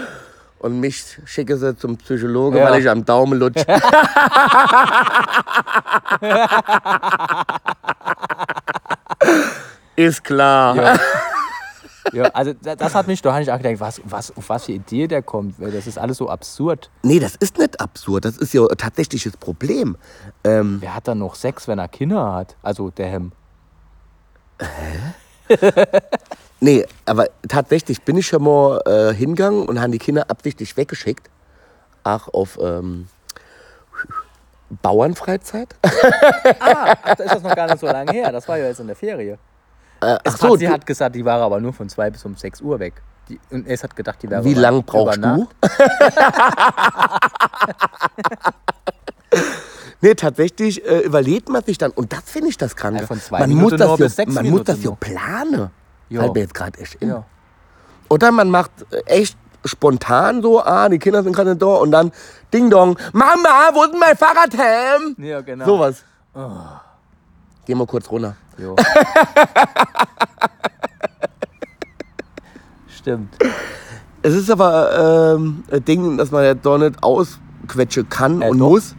Speaker 2: Und mich schicke sie zum Psychologen,
Speaker 1: Ja.
Speaker 2: weil ich am Daumen
Speaker 1: [laughs]
Speaker 2: lutsche. Ist klar.
Speaker 1: Ja. ja, also da- das hat mich doch nicht auch gedacht, was, was, auf was für Idee der kommt. weil Das ist alles so absurd.
Speaker 2: Nee, das ist nicht absurd. Das ist ja ein tatsächliches Problem. Mhm.
Speaker 1: Wer hat dann noch Sex, wenn er Kinder hat? Also der Hemm.
Speaker 2: Nee, aber tatsächlich bin ich schon mal äh, hingegangen und haben die Kinder absichtlich weggeschickt. Ach, auf ähm, Bauernfreizeit?
Speaker 1: Ah, Ach, da ist das noch gar nicht so lange her. Das war ja jetzt in der Ferie.
Speaker 2: Ach
Speaker 1: hat, sie
Speaker 2: du-
Speaker 1: hat gesagt, die war aber nur von 2 bis um 6 Uhr weg. Die, und es hat gedacht, die wäre
Speaker 2: Wie
Speaker 1: über-
Speaker 2: lang brauchst
Speaker 1: über
Speaker 2: du?
Speaker 1: Nacht.
Speaker 2: [laughs] nee, tatsächlich äh, überlegt man sich dann, und das finde ich das Kranke.
Speaker 1: Ja, von zwei
Speaker 2: man
Speaker 1: Minuten
Speaker 2: muss das
Speaker 1: nur
Speaker 2: ja,
Speaker 1: bis sechs
Speaker 2: Man muss
Speaker 1: Minuten
Speaker 2: das ja
Speaker 1: nur.
Speaker 2: planen.
Speaker 1: Ja.
Speaker 2: Fällt mir jetzt gerade echt in.
Speaker 1: Ja.
Speaker 2: Oder man macht äh, echt spontan so, ah, die Kinder sind gerade nicht da und dann Ding Dong, Mama, wo ist denn mein Fahrradhelm?
Speaker 1: Ja, genau.
Speaker 2: Sowas. Geh mal kurz runter.
Speaker 1: [laughs] Jo. Stimmt.
Speaker 2: Es ist aber ähm, ein Ding, dass man ja da nicht ausquetschen kann
Speaker 1: Äh,
Speaker 2: und
Speaker 1: doch.
Speaker 2: muss.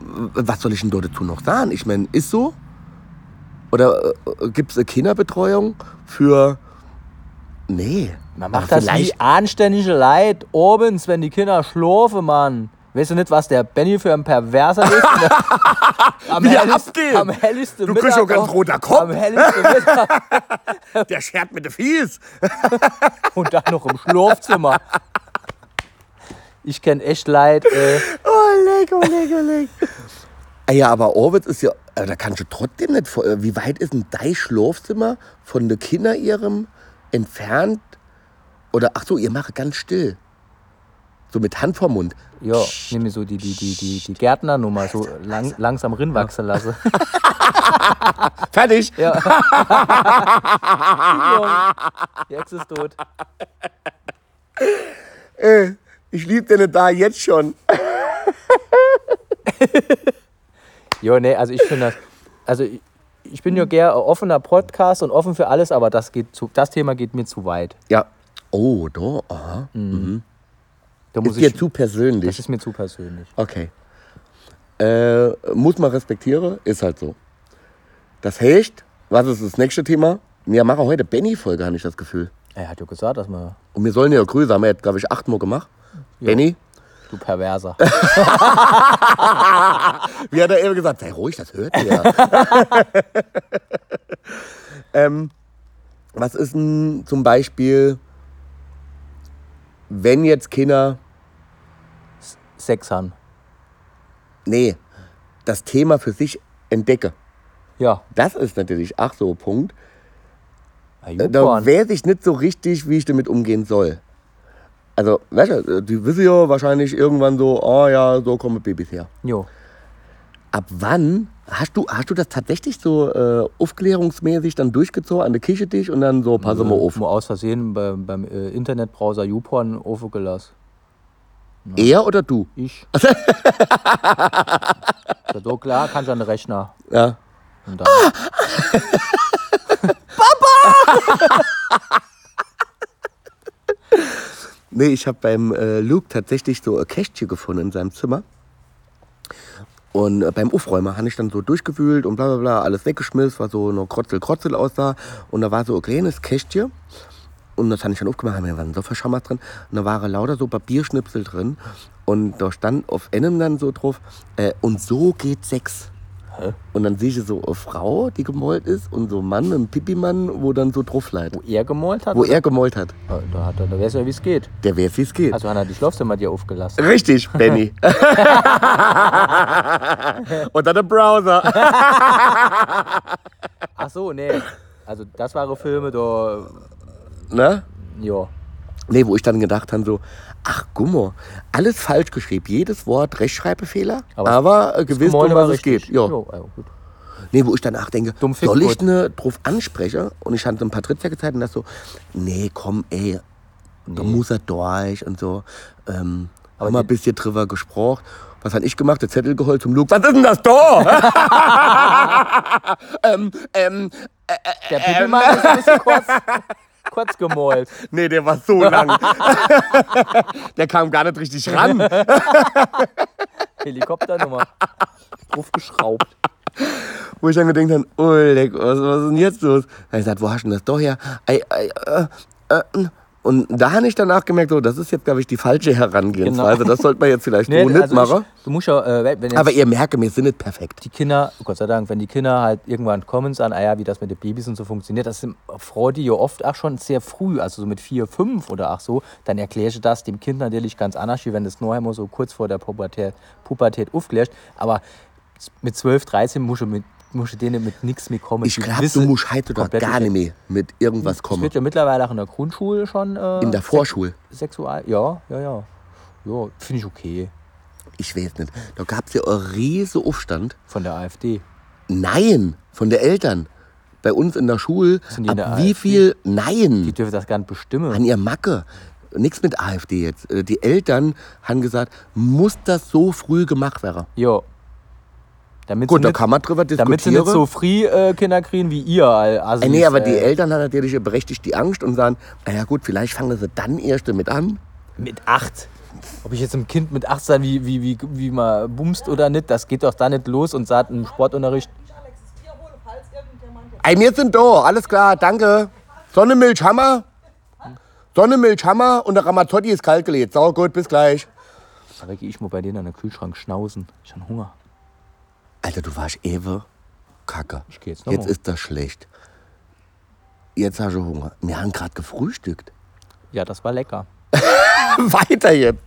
Speaker 2: Was soll ich denn da dazu noch sagen? Ich meine, ist so? Oder äh, gibt es eine Kinderbetreuung für. Nee.
Speaker 1: Man
Speaker 2: Aber
Speaker 1: macht das wie anständige Leid abends, wenn die Kinder schlafen, Mann. Weißt du nicht, was der Benny für ein Perverser ist?
Speaker 2: [laughs]
Speaker 1: am,
Speaker 2: Wie er
Speaker 1: helligsten-
Speaker 2: abgeht.
Speaker 1: am helligsten
Speaker 2: Du kriegst
Speaker 1: Mittag
Speaker 2: ja ganz
Speaker 1: noch-
Speaker 2: roter Kopf.
Speaker 1: Am helligsten Mittag
Speaker 2: [laughs] Der schert mit den Fies.
Speaker 1: und dann noch
Speaker 2: [laughs]
Speaker 1: im Schlafzimmer. Ich kenne echt Leid. Äh,
Speaker 2: Oh, leck, oh, leck, oh, leck. [laughs] Ah Ja, aber Orbit ist ja. äh, Da kannst du trotzdem nicht. vor- äh, Wie weit ist denn dein Schlafzimmer von den Kindern ihrem entfernt? Oder, ach so, ihr macht ganz still. So mit Hand vor Mund.
Speaker 1: ja, nehme so die, die, die, die, die Gärtnernummer, so lang, langsam rinwachsen lasse.
Speaker 2: [laughs]
Speaker 1: [laughs]
Speaker 2: Fertig.
Speaker 1: Die Ex ist tot.
Speaker 2: Ich liebe deine da jetzt schon.
Speaker 1: Ja, nee, also ich finde das. Also ich, ich bin ja
Speaker 2: Mhm.
Speaker 1: gern ein offener Podcast und offen für alles, aber das, geht zu, das Thema geht mir zu weit.
Speaker 2: Ja. Oh, da, aha.
Speaker 1: Da muss
Speaker 2: Ist
Speaker 1: ich,
Speaker 2: dir zu
Speaker 1: das
Speaker 2: persönlich.
Speaker 1: ist mir zu persönlich.
Speaker 2: Okay. Äh, muss man respektieren, ist halt so. Das heißt, was ist das nächste Thema? Ja, mache heute Benny-Folge, habe ich das Gefühl.
Speaker 1: Er hat ja gesagt, dass man.
Speaker 2: Und wir sollen ja Grüße, haben wir jetzt, glaube ich, achtmal gemacht. Benny,
Speaker 1: Du
Speaker 2: [laughs]
Speaker 1: Perverser.
Speaker 2: wie hat er eben gesagt, sei ruhig, das hört [laughs] ihr. ähm, was ist denn zum Beispiel, wenn jetzt Kinder
Speaker 1: Sex haben.
Speaker 2: nee, das Thema für sich entdecke.
Speaker 1: Ja.
Speaker 2: Das ist natürlich, ach so, Punkt.
Speaker 1: Ah,
Speaker 2: Äh, Da
Speaker 1: Juporn.
Speaker 2: weiß ich nicht so richtig, wie ich damit umgehen soll. Also, weißt du, die wissen ja wahrscheinlich irgendwann so, oh ja, so kommen Babys her.
Speaker 1: Jo.
Speaker 2: Ab wann hast du, hast du das tatsächlich so äh, aufklärungsmäßig dann durchgezogen an der Küche dich und dann so, pass mal auf.
Speaker 1: Nur aus Versehen beim, beim äh, Internetbrowser YouPorn aufgelassen.
Speaker 2: Er oder du? [laughs]
Speaker 1: Ich. ja, so klar, kannst du an den Rechner.
Speaker 2: Ja.
Speaker 1: Und dann,
Speaker 2: Ah! Nee, ich habe beim äh, Luke tatsächlich so ein Kästchen gefunden in seinem Zimmer. Und äh, beim Aufräumen habe ich dann so durchgewühlt und bla bla bla, alles weggeschmissen, war so nur Krotzel, Krotzel aussah. Und da war so ein kleines Kästchen. Und das habe ich dann aufgemacht, da waren so verschammert drin. Und da waren lauter so Papierschnipsel drin. Und da stand auf einem dann so drauf, äh, und so geht Sex. Und dann sehe ich so eine Frau, die gemollt ist, und so ein Mann, ein Pipi-Mann, wo dann so drauf leidet.
Speaker 1: wo er gemollt hat?
Speaker 2: Wo er gemollt hat.
Speaker 1: Ah, Da, hat er- da weiß er, wie es geht.
Speaker 2: Der weiß, wie es geht.
Speaker 1: Also, Hanna, die Schlafzimmer dir
Speaker 2: [laughs]
Speaker 1: aufgelassen.
Speaker 2: Richtig, Benny. Und dann der Browser. Äh.
Speaker 1: Ach so, nee. Also das waren Filme, da,
Speaker 2: Ne?
Speaker 1: ja.
Speaker 2: Nee, wo ich dann gedacht habe, so, ach Gummo, alles falsch geschrieben, jedes Wort Rechtschreibfehler,
Speaker 1: Aber
Speaker 2: aber, äh, gewiss, um
Speaker 1: Gemolde
Speaker 2: was es
Speaker 1: richtig.
Speaker 2: geht. Jo.
Speaker 1: Jo, also gut.
Speaker 2: Nee, wo ich danach denke,
Speaker 1: Dumm Fick,
Speaker 2: soll ich
Speaker 1: gut.
Speaker 2: ne drauf ansprechen? Und ich hatte ein paar Trittsäcke gezeigt und das so, nee, komm, ey, da muss er durch und so. Ähm, haben wir ein bisschen drüber gesprochen. Was habe ich gemacht? Der Zettel geholt zum Luke. Was ist denn das da? ähm, ähm,
Speaker 1: Der Pippelmann ist ein bisschen kurz, [laughs] kurz gemalt.
Speaker 2: nee, der war so lang. [laughs] der kam gar nicht richtig ran.
Speaker 1: Helikopternummer. Draufgeschraubt.
Speaker 2: wo ich dann gedacht habe, oh, leck, was, was ist denn jetzt los? Da hab ich gesagt, wo hast du denn das doch her? Ei, ei, äh, äh. Und da habe ich danach gemerkt, so, das ist jetzt, glaube ich, die falsche Herangehensweise. Das sollte man jetzt
Speaker 1: [laughs]
Speaker 2: vielleicht so nicht machen.
Speaker 1: Genau. also ich, du musst ja, äh, wenn jetzt
Speaker 2: Aber ihr merke, wir sind nicht perfekt.
Speaker 1: die Kinder, oh Gott sei Dank, wenn die Kinder halt irgendwann kommen, sagen, ah ja, wie das mit den Babys und so funktioniert, das sind- freut die ja oft auch schon sehr früh, also so mit vier, fünf oder ach so, dann erkläre ich das dem Kind natürlich ganz anders, wie wenn das neu immer so kurz vor der Pubertät, Pubertät aufklärst. Aber mit 12, 13 musst du, mit, musst du denen mit nichts mehr kommen.
Speaker 2: Ich
Speaker 1: Die
Speaker 2: glaube, du
Speaker 1: wissen
Speaker 2: musst heute doch
Speaker 1: komplett
Speaker 2: gar nicht mehr mit irgendwas
Speaker 1: Das
Speaker 2: kommen.
Speaker 1: wird ja mittlerweile auch in der Grundschule schon. Äh,
Speaker 2: In der Vorschule.
Speaker 1: Sexual. Ja, ja, ja. Ja, finde ich okay.
Speaker 2: Ich weiß nicht. Da gab es ja einen riesen Aufstand.
Speaker 1: Von der AfD.
Speaker 2: Nein, von den Eltern. Bei uns in der Schule.
Speaker 1: Sind die in
Speaker 2: Ab
Speaker 1: der
Speaker 2: wie
Speaker 1: AfD?
Speaker 2: viel? Nein.
Speaker 1: Die dürfen das gar nicht bestimmen.
Speaker 2: an ihr Macke. Nichts mit AfD jetzt. Äh, Die Eltern haben gesagt, muss das so früh gemacht werden.
Speaker 1: Jo. Damit
Speaker 2: Gut,
Speaker 1: sie
Speaker 2: da
Speaker 1: nicht,
Speaker 2: kann man drüber diskutieren.
Speaker 1: damit sie nicht so Free-Kinder kriegen wie ihr. Also
Speaker 2: Äh, nee, aber die Eltern haben natürlich berechtigt die Angst und sagen, naja gut, vielleicht fangen sie dann erst mit an.
Speaker 1: Mit acht. Ob ich jetzt einem Kind mit acht sein, wie, wie, wie, wie man bumst oder nicht, das geht doch da nicht los und sagt im Sportunterricht.
Speaker 4: Alex, ist hier wohl, falls irgendjemand jetzt-
Speaker 2: Ey, wir sind da, alles klar, danke. Sonnenmilch, Hammer. Sonnenmilch, Hammer und der Ramazzotti ist kalt gelegt. Sau gut, bis gleich.
Speaker 1: Da gehe ich mal bei denen an den Kühlschrank schnausen. Ich habe Hunger.
Speaker 2: Alter, du warst ewe kacke.
Speaker 1: Ich geh jetzt noch
Speaker 2: jetzt
Speaker 1: mal.
Speaker 2: ist das schlecht. Jetzt hast du Hunger. Wir haben gerade gefrühstückt.
Speaker 1: Ja, das war lecker.
Speaker 2: [laughs] Weiter jetzt.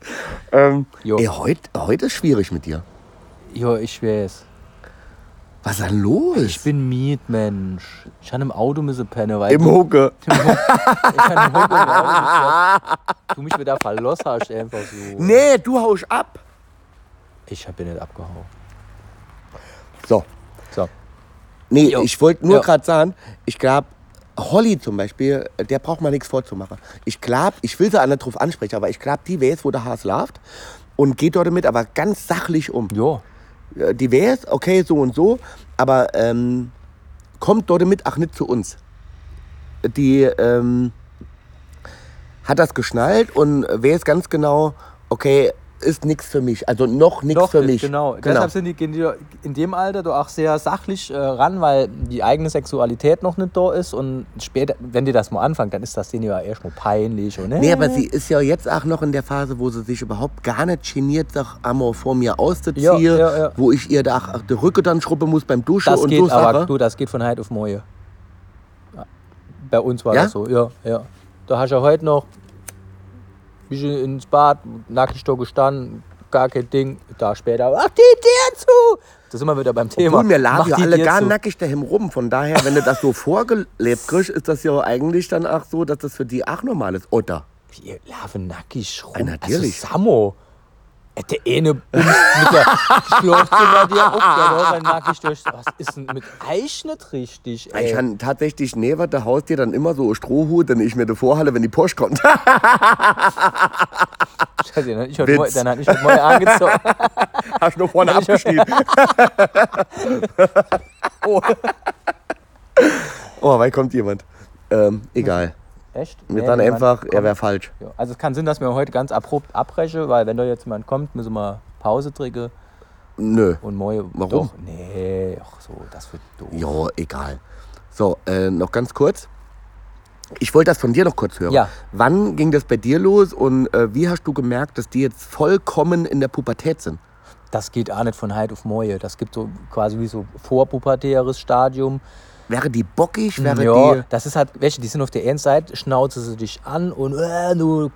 Speaker 2: Ähm,
Speaker 1: Jo.
Speaker 2: ey, heute heut ist schwierig mit dir.
Speaker 1: Jo, ich weiß.
Speaker 2: Was ist denn los?
Speaker 1: Ich bin Miet, Mensch. Ich habe im Auto müssen pennen, weil
Speaker 2: Im Hucke.
Speaker 1: ich hab im Auto im Auto gesessen. du mich wieder verlassen hast, einfach so.
Speaker 2: Nee, du haust ab.
Speaker 1: Ich hab ihn nicht abgehauen.
Speaker 2: So.
Speaker 1: So.
Speaker 2: Nee,
Speaker 1: Jo.
Speaker 2: ich wollte nur
Speaker 1: Ja.
Speaker 2: gerade sagen, ich glaube, Holly zum Beispiel, der braucht mal nichts vorzumachen. Ich glaube, ich will sie auch nicht drauf ansprechen, aber ich glaube, die weiß, wo der Hase läuft und geht dort damit aber ganz sachlich um.
Speaker 1: Jo.
Speaker 2: Äh, Die weiß, okay, so und so, aber ähm, kommt dort mit, ach nicht zu uns. Die ähm, hat das geschnallt und weiß ganz genau, okay, ist nichts für mich. Also noch nichts
Speaker 1: Doch,
Speaker 2: für mich.
Speaker 1: Genau. Deshalb sind die, gehen die in dem Alter doch auch sehr sachlich äh, ran, weil die eigene Sexualität noch nicht da ist. Und später, wenn die das mal anfangen, dann ist das denen ja erstmal peinlich. Und,
Speaker 2: Nee, aber sie ist ja jetzt auch noch in der Phase, wo sie sich überhaupt gar nicht geniert, sich Amor vor mir auszuziehen,
Speaker 1: Ja, ja, ja.
Speaker 2: wo ich ihr da ach, die Rücke dann schrubben muss beim Duschen
Speaker 1: das
Speaker 2: und
Speaker 1: geht
Speaker 2: so
Speaker 1: aber,
Speaker 2: Sachen.
Speaker 1: du, das geht von heute auf morgen. Bei uns war
Speaker 2: Ja?
Speaker 1: das so, ja, ja. Da hast du ja heute noch ein bisschen ins Bad, nackig da gestanden, gar kein Ding. Da später, ach, die dir zu! Da sind wir wieder beim Thema.
Speaker 2: Obwohl, wir
Speaker 1: Mach
Speaker 2: lagen ja
Speaker 1: die
Speaker 2: alle
Speaker 1: dir
Speaker 2: gar
Speaker 1: zu.
Speaker 2: nackig daheim rum. Von daher, wenn du das so [laughs] vorgelebt kriegst, ist das ja eigentlich dann auch so, dass das für die auch normal ist. Oder?
Speaker 1: Wir laufen nackig rum.
Speaker 2: Ja, Ah, natürlich.
Speaker 1: Also, Samo. Äh, Der eine bumst mit der Schlafzimmer dir auf, der läuft dann nackig durch. Was ist denn mit euch nicht richtig, ey?
Speaker 2: Ich habe tatsächlich neben der Haustür dann immer so einen Strohhut, den ich mir davor halte, wenn die Post kommt. [laughs]
Speaker 1: Scheiße, dann hat ich heute
Speaker 2: Witz.
Speaker 1: Morgen- dann hat ich heute Morgen angezogen.
Speaker 2: [laughs] Hast du nur vorne abgeschrieben.
Speaker 1: [laughs] Oh.
Speaker 2: Oh, weil kommt jemand. Ähm, egal.
Speaker 1: Echt?
Speaker 2: Wir
Speaker 1: Nee,
Speaker 2: sagen
Speaker 1: niemand
Speaker 2: einfach, er
Speaker 1: kommt.
Speaker 2: wäre falsch.
Speaker 1: Ja, Also es kann Sinn, dass wir heute ganz abrupt abbrechen, weil wenn da jetzt jemand kommt, müssen wir Pause trinken
Speaker 2: Nö.
Speaker 1: und morgen...
Speaker 2: Warum?
Speaker 1: Doch, nee, ach so, das wird doof.
Speaker 2: Ja, egal. So, äh, noch ganz kurz. Ich wollte das von dir noch kurz hören.
Speaker 1: Ja.
Speaker 2: Wann ging das bei dir los und äh, wie hast du gemerkt, dass die jetzt vollkommen in der Pubertät sind?
Speaker 1: Das geht auch nicht von heute auf morgen. Das gibt so quasi wie so vorpubertäres Stadium.
Speaker 2: Wäre die bockig? Wäre
Speaker 1: ja,
Speaker 2: die.
Speaker 1: das ist halt, welche, die sind auf der einen Seite, schnauzen sie dich an und äh, du,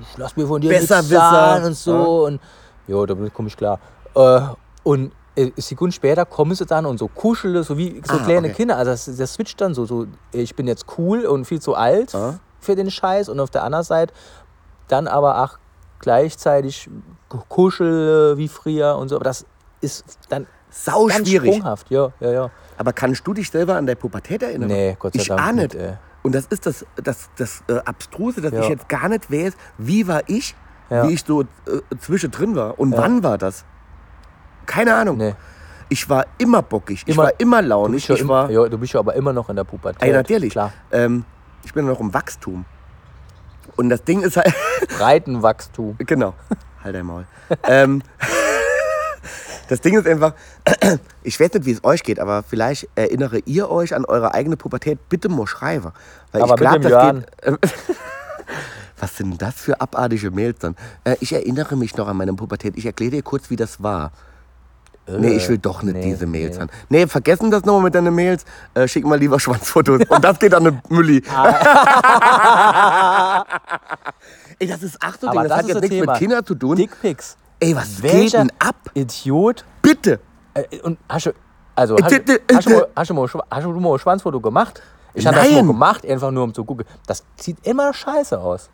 Speaker 1: ich lass mir von dir nichts
Speaker 2: Besserwisser.
Speaker 1: sagen und so. Und, ja, damit komme ich klar. Äh, und äh, Sekunden später kommen sie dann und so kuscheln, so wie so
Speaker 2: Ah,
Speaker 1: kleine
Speaker 2: okay.
Speaker 1: Kinder. Also das, das switcht dann so, so, ich bin jetzt cool und viel zu alt
Speaker 2: Ah.
Speaker 1: für den Scheiß. Und auf der anderen Seite dann aber ach, gleichzeitig kuscheln wie früher und so. Aber das ist dann
Speaker 2: Sau
Speaker 1: Ganz
Speaker 2: Oh, schwierig.
Speaker 1: sprunghaft, ja, ja, ja.
Speaker 2: Aber kannst du dich selber an deine Pubertät erinnern?
Speaker 1: Nee, Gott sei
Speaker 2: ich
Speaker 1: Dank
Speaker 2: Auch
Speaker 1: nicht,
Speaker 2: nicht.
Speaker 1: ey.
Speaker 2: Und das ist das, das, das äh, Abstruse, dass
Speaker 1: Ja.
Speaker 2: ich jetzt gar nicht weiß, wie war ich,
Speaker 1: Ja.
Speaker 2: wie ich so äh, zwischendrin war und wann war das. Keine Ahnung.
Speaker 1: Nee.
Speaker 2: Ich war immer bockig, ich
Speaker 1: Immer-
Speaker 2: war immer
Speaker 1: Du
Speaker 2: launig,
Speaker 1: bist, ja
Speaker 2: ich
Speaker 1: im,
Speaker 2: war.
Speaker 1: ja, du bist ja aber immer noch in der Pubertät.
Speaker 2: Ey, natürlich.
Speaker 1: Klar,
Speaker 2: Ähm, ich bin noch im Wachstum. Und das Ding ist halt.
Speaker 1: Breitenwachstum.
Speaker 2: Genau. [laughs] Halt dein Maul. ähm, [laughs] das Ding ist einfach, [clears throat] ich weiß nicht, wie es euch geht, aber vielleicht erinnere ihr euch an eure eigene Pubertät. Bitte mal schreiben. Weil
Speaker 1: Aber
Speaker 2: ich glaub,
Speaker 1: mit dem
Speaker 2: das
Speaker 1: Johann.
Speaker 2: geht. [laughs] ähm, was sind das für abartige Mails dann? Äh, ich erinnere mich noch an meine Pubertät. Ich erkläre dir kurz, wie das war. Nee, ich will doch nicht
Speaker 1: Äh, nee,
Speaker 2: diese Mails
Speaker 1: nee.
Speaker 2: haben. Nee, vergessen das nochmal mit deinen Mails. Äh, schick mal lieber
Speaker 1: [laughs]
Speaker 2: Schwanzfotos. Und das geht an eine Mülli.
Speaker 1: Ah.
Speaker 2: Ey, das ist Achtung,
Speaker 1: Aber
Speaker 2: das,
Speaker 1: das
Speaker 2: hat
Speaker 1: ist
Speaker 2: jetzt
Speaker 1: das
Speaker 2: nichts
Speaker 1: Thema.
Speaker 2: mit Kindern zu tun.
Speaker 1: Dickpics.
Speaker 2: Ey, was geht
Speaker 1: Welcher
Speaker 2: denn ab?
Speaker 1: Idiot.
Speaker 2: Bitte!
Speaker 1: Äh, und hast du, also, hast,
Speaker 2: Äh,
Speaker 1: du-
Speaker 2: äh,
Speaker 1: hast, du mal,
Speaker 2: äh.
Speaker 1: hast, du mal, Schwa- hast du mal ein Schwanzfoto gemacht? Ich habe das
Speaker 2: Nein.
Speaker 1: mal gemacht, einfach nur um zu gucken. Das sieht immer scheiße aus.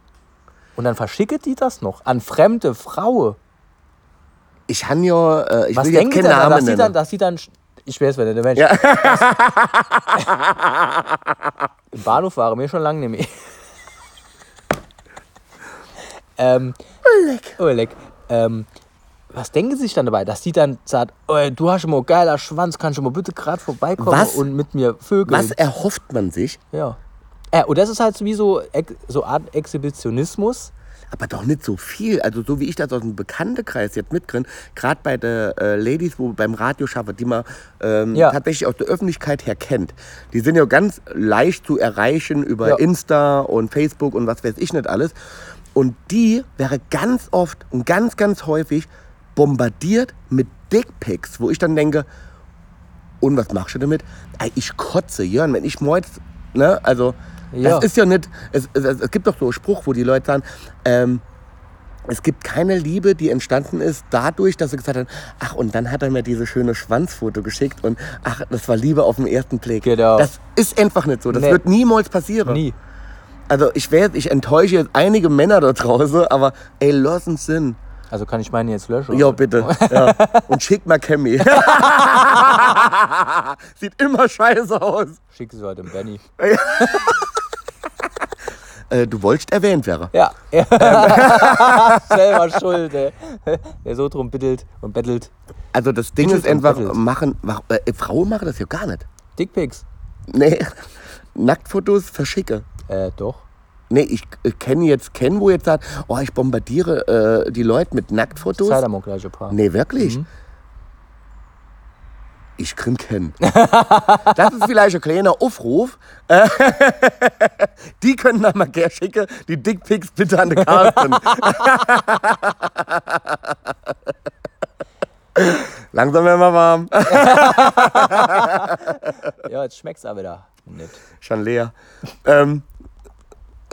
Speaker 1: Und dann verschicke die das noch an fremde Frauen.
Speaker 2: Ich han ja, äh, ich
Speaker 1: Was
Speaker 2: will jetzt
Speaker 1: denkt ihr
Speaker 2: keinen
Speaker 1: da? Das
Speaker 2: Namen
Speaker 1: sieht dann,
Speaker 2: nennen.
Speaker 1: das sieht dann, ich weiß, wenn der Mensch. [laughs] Im Bahnhof waren wir schon lange nämlich. [laughs] ähm, Oleg. Ähm, was denken Sie sich dann dabei? Das sieht dann, sagt, "Ey, du hast schon mal geiler Schwanz, kannst du mal bitte gerade vorbeikommen
Speaker 2: Was?
Speaker 1: und mit mir vögeln.
Speaker 2: Was erhofft man sich?
Speaker 1: Ja. Äh, und das ist halt wie so, Ex- so Art Exhibitionismus.
Speaker 2: Aber doch nicht so viel. Also so wie ich das aus dem Bekanntenkreis jetzt mitkriege, gerade bei den äh, Ladies, wo beim Radio schaffe, die man ähm,
Speaker 1: Ja.
Speaker 2: tatsächlich aus der Öffentlichkeit her kennt. Die sind ja ganz leicht zu erreichen über
Speaker 1: Ja.
Speaker 2: Insta und Facebook und was weiß ich nicht alles. Und die wäre ganz oft und ganz, ganz häufig bombardiert mit Dickpics, wo ich dann denke, und was machst du damit? Ey, Ich kotze, Jörn, wenn ich moitz, ne, also,
Speaker 1: Ja.
Speaker 2: das ist ja nicht, es, es, es gibt doch so einen Spruch, wo die Leute sagen, ähm, es gibt keine Liebe, die entstanden ist dadurch, dass sie gesagt haben, ach, und dann hat er mir diese schöne Schwanzfoto geschickt und ach, das war Liebe auf den ersten Blick.
Speaker 1: Genau.
Speaker 2: Das ist einfach nicht so, das
Speaker 1: Nee.
Speaker 2: wird niemals passieren.
Speaker 1: Nie.
Speaker 2: Also ich werde, ich enttäusche jetzt einige Männer da draußen, aber ey, lass uns Sinn.
Speaker 1: Also kann ich meine jetzt löschen?
Speaker 2: Ja, bitte. Ja. Und schick mal Cammy. [laughs] Sieht immer scheiße aus.
Speaker 1: Schick sie halt dem Benny.
Speaker 2: Äh, du wolltest erwähnt wäre. [laughs]
Speaker 1: Ja. Selber schuld, ey. Der so drum bittelt und bettelt.
Speaker 2: Also das Ding
Speaker 1: Bitte
Speaker 2: ist einfach,
Speaker 1: bitte.
Speaker 2: machen, mach, äh, Frauen machen das ja gar nicht.
Speaker 1: Dickpics.
Speaker 2: Nee, [laughs] Nacktfotos verschicke.
Speaker 1: Äh, doch.
Speaker 2: Nee, ich äh, kenne jetzt, kenne wo jetzt sagt, oh, ich bombardiere äh, die Leute mit Nacktfotos.
Speaker 1: Zeit am gleiche Paar.
Speaker 2: Nee, wirklich? Ich kann kennen. Das ist vielleicht ein kleiner Aufruf. [laughs] Äh, die können dann mal gerne schicken, die Dickpics bitte an den Carsten. [laughs] Langsam werden wir warm.
Speaker 1: Ja, jetzt schmeckt's aber wieder. Nett.
Speaker 2: Schon leer. Ähm,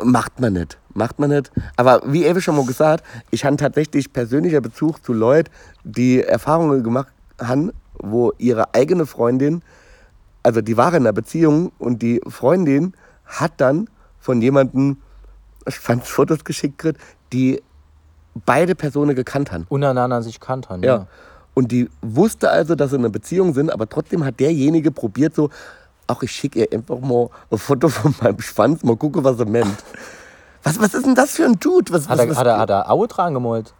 Speaker 2: macht man nicht. Macht man nicht. Aber wie Ewe schon mal gesagt, ich habe tatsächlich persönlicher Bezug zu Leuten, die Erfahrungen gemacht haben, wo ihre eigene Freundin, also die war in einer Beziehung und die Freundin hat dann von jemandem Fotos geschickt, kriegt, die beide Personen gekannt haben.
Speaker 1: Untereinander sich kantern.
Speaker 2: Ja.
Speaker 1: Ja.
Speaker 2: Und die wusste also, dass sie in einer Beziehung sind, aber trotzdem hat derjenige probiert so, ach, ich schicke ihr einfach mal ein Foto von [laughs] meinem Schwanz, mal gucke, was er meint. Was, was ist denn das für ein Dude? Was,
Speaker 1: Hat,
Speaker 2: was,
Speaker 1: er,
Speaker 2: was,
Speaker 1: hat, er, hat er Au dran
Speaker 2: [laughs]
Speaker 1: gemalt?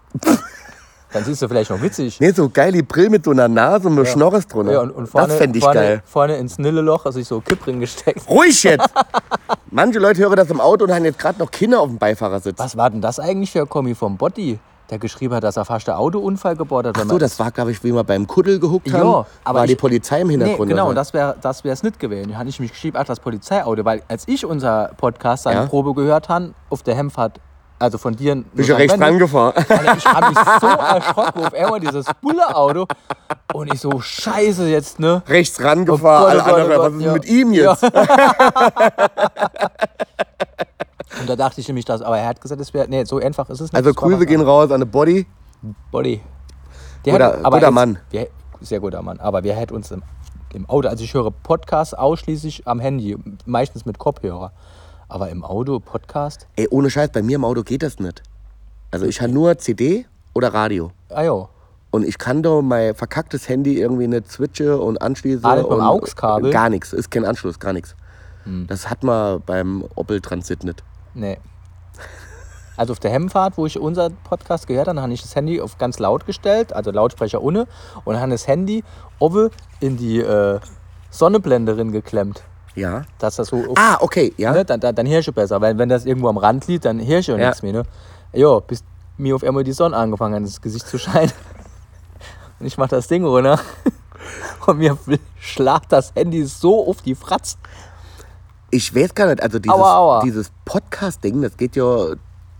Speaker 1: Dann siehst du vielleicht noch witzig.
Speaker 2: Nee, so geil, die Brill mit so einer Nase und mit Schnorres drunter.
Speaker 1: Ja, und, und vorne,
Speaker 2: das fände ich
Speaker 1: vorne,
Speaker 2: geil.
Speaker 1: vorne ins Nilleloch, also ich so Kippring gesteckt.
Speaker 2: Ruhig jetzt! [laughs] Manche Leute hören das im Auto und haben jetzt gerade noch Kinder auf dem Beifahrersitz.
Speaker 1: Was war denn das eigentlich für ein Kommi vom Botti, der geschrieben hat, dass er fast einen Autounfall gebaut hat? wenn
Speaker 2: Ach so,
Speaker 1: man-
Speaker 2: das war, glaube ich, wie wir beim Kuddel gehuckt haben.
Speaker 1: Ja, aber
Speaker 2: war die
Speaker 1: ich-
Speaker 2: Polizei im
Speaker 1: Nee,
Speaker 2: Hintergrund.
Speaker 1: genau,
Speaker 2: oder?
Speaker 1: das wäre das wär's nicht gewesen. Da hatte ich mich geschrieben, ach, das Polizeiauto, weil als ich unser Podcast seine
Speaker 2: Ja.
Speaker 1: Probe gehört habe, auf der Hemfahrt, also von dir... in-
Speaker 2: Bin ich ja rechts rangefahren. [laughs]
Speaker 1: Alter, ich habe mich so erschrocken auf einmal dieses Bulle-Auto und ich so, scheiße jetzt, ne?
Speaker 2: rechts rangefahren.
Speaker 1: Oh Gott, oh
Speaker 2: Alle
Speaker 1: Gott, oh
Speaker 2: anderen, was ist
Speaker 1: Gott,
Speaker 2: denn
Speaker 1: ja.
Speaker 2: mit ihm jetzt?
Speaker 1: [laughs] Und da dachte ich nämlich das, aber er hat gesagt, es wäre, nee, so einfach ist es nicht.
Speaker 2: Also
Speaker 1: Das war
Speaker 2: Grüße
Speaker 1: was
Speaker 2: gehen raus an eine Body.
Speaker 1: Body. Der
Speaker 2: Guter- guter
Speaker 1: jetzt-
Speaker 2: Mann.
Speaker 1: Wir, sehr guter Mann. Aber wir hätten uns im, im Auto, also ich höre Podcasts ausschließlich am Handy, meistens mit Kopfhörer. Aber im Auto Podcast?
Speaker 2: Ey, ohne Scheiß, bei mir im Auto geht das nicht. Also ich habe nur CD oder Radio.
Speaker 1: Ah jo.
Speaker 2: Und ich kann doch mein verkacktes Handy irgendwie nicht switche und anschließe.
Speaker 1: Ah, nicht mit dem
Speaker 2: und äh,
Speaker 1: AUX-Kabel? Hm.
Speaker 2: Gar nichts. Ist kein Anschluss, gar nichts. Das hat man beim Opel Transit nicht.
Speaker 1: Nee. Also auf der Hemmfahrt, wo ich unseren Podcast gehört habe, habe ich das Handy auf ganz laut gestellt, also Lautsprecher ohne, und habe das Handy oben in die äh, Sonnenblenderin geklemmt.
Speaker 2: Ja.
Speaker 1: Dass das so auf
Speaker 2: Ah, okay, ja.
Speaker 1: ne, dann, dann, dann Hirsche besser, weil wenn das irgendwo am Rand liegt, dann Hirsche und
Speaker 2: Ja.
Speaker 1: nichts mehr. Ne? Jo, bis mir auf einmal die Sonne angefangen hat, ins Gesicht zu scheinen. Und ich mach das Ding runter. [laughs] Und mir schlagt das Handy so auf die Fratz.
Speaker 2: Ich weiß gar nicht, also dieses,
Speaker 1: Aua, aua.
Speaker 2: dieses Podcast-Ding, das geht ja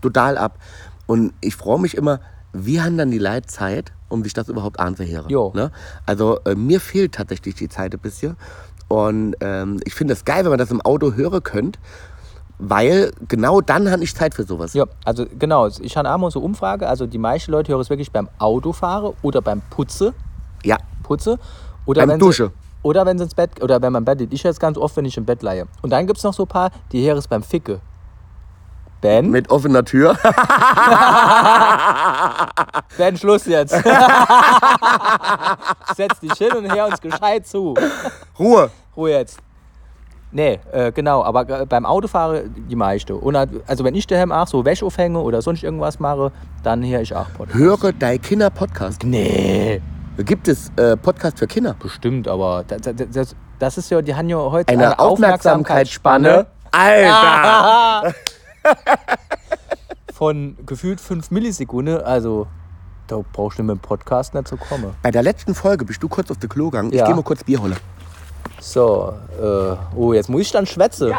Speaker 2: total ab. Und ich freue mich immer, wie haben dann die Leute Zeit, um sich das überhaupt anzuhören?
Speaker 1: Jo.
Speaker 2: Ne? Also äh, mir fehlt tatsächlich die Zeit ein bisschen. Und ähm, ich finde das geil, wenn man das im Auto hören könnt, weil genau dann habe ich Zeit für sowas.
Speaker 1: Ja, also genau. Ich habe einmal so Umfrage. Also die meisten Leute hören es wirklich beim Autofahren oder beim Putze.
Speaker 2: Ja.
Speaker 1: Putze. Oder
Speaker 2: Beim
Speaker 1: wenn
Speaker 2: Dusche.
Speaker 1: Sie, oder wenn sie ins Bett, oder wenn man im Bett liegt. Ich höre es ganz oft, wenn ich im Bett leihe. Und dann gibt es noch so ein paar, die hören es beim Ficke. Ben,
Speaker 2: Mit offener Tür. [laughs]
Speaker 1: Ben, Schluss jetzt. [laughs] Setz dich hin und hör uns gescheit zu.
Speaker 2: Ruhe.
Speaker 1: Ruhe jetzt. Nee, äh, genau, aber g- beim Autofahren die meiste. Und halt- also wenn ich daheim auch so Wäsche aufhänge oder sonst irgendwas mache, dann höre ich auch Podcast.
Speaker 2: Höre dein Kinder-Podcast.
Speaker 1: Nee.
Speaker 2: Gibt es äh, Podcast für Kinder?
Speaker 1: Bestimmt, aber das, das, das, das ist ja, die haben ja heute
Speaker 2: Eine, Aufmerksamkeitsspanne.
Speaker 1: Ah!
Speaker 2: Alter!
Speaker 1: von gefühlt 5 Millisekunden. Also, da brauchst du mit dem Podcast nicht zu kommen.
Speaker 2: Bei der letzten Folge bist du kurz auf den Klo gegangen. Ich
Speaker 1: Ja.
Speaker 2: gehe mal kurz Bier holen.
Speaker 1: So, äh, oh, jetzt muss ich dann schwätzen. Ja,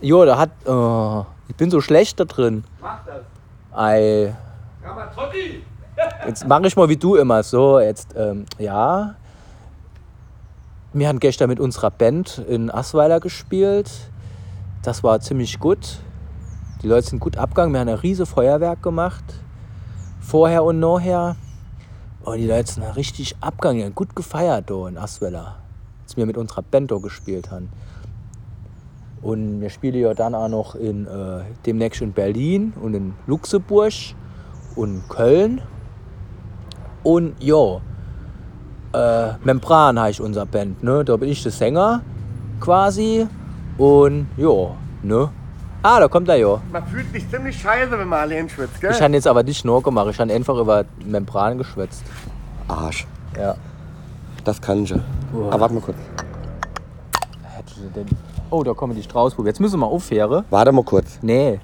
Speaker 1: jo, da hat, oh, ich bin so schlecht da drin. Mach das. Ei. Jetzt mache ich mal wie du immer. So, jetzt, ähm, ja. Wir haben gestern mit unserer Band in Asweiler gespielt. Das war ziemlich gut. Die Leute sind gut abgegangen. Wir haben ein riesen Feuerwerk gemacht. Vorher und nachher. Und die Leute sind da richtig abgegangen. Die haben gut gefeiert da in Asweiler. Als wir mit unserer Band da gespielt haben. Und wir spielen ja dann auch noch in, äh, demnächst in Berlin und in Luxemburg und Köln. Und ja, äh, Membran heißt unser Band, ne? Da bin ich der Sänger quasi. Und ja, ne? Ah, da kommt er ja.
Speaker 2: Man fühlt sich ziemlich scheiße, wenn man allein schwitzt,
Speaker 1: Ich habe jetzt aber nicht nur gemacht, ich habe einfach über Membran geschwätzt.
Speaker 2: Arsch.
Speaker 1: Ja.
Speaker 2: Das kann ich. Aber warte mal kurz.
Speaker 1: Hätte sie denn. Oh, da kommen die Straußburg. Jetzt müssen wir mal aufhören.
Speaker 2: Warte mal kurz.
Speaker 1: Nee.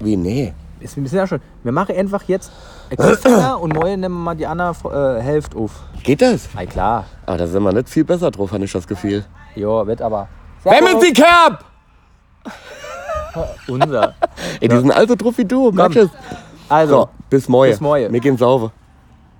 Speaker 2: Wie? Nee.
Speaker 1: Es- Wir sind ja schon. Wir machen einfach jetzt einen Cliffhanger und morgen nehmen wir mal die andere äh, Hälfte auf.
Speaker 2: Geht das?
Speaker 1: Na klar.
Speaker 2: Aber da sind wir nicht viel besser drauf, habe ich das Gefühl.
Speaker 1: Jo, wird aber.
Speaker 2: Sie Kerb!
Speaker 1: Unser.
Speaker 2: Ey, die sind also drauf wie du. Merkst du es?
Speaker 1: Also.
Speaker 2: So, bis morgen.
Speaker 1: Bis morgen.
Speaker 2: Wir gehen sauber.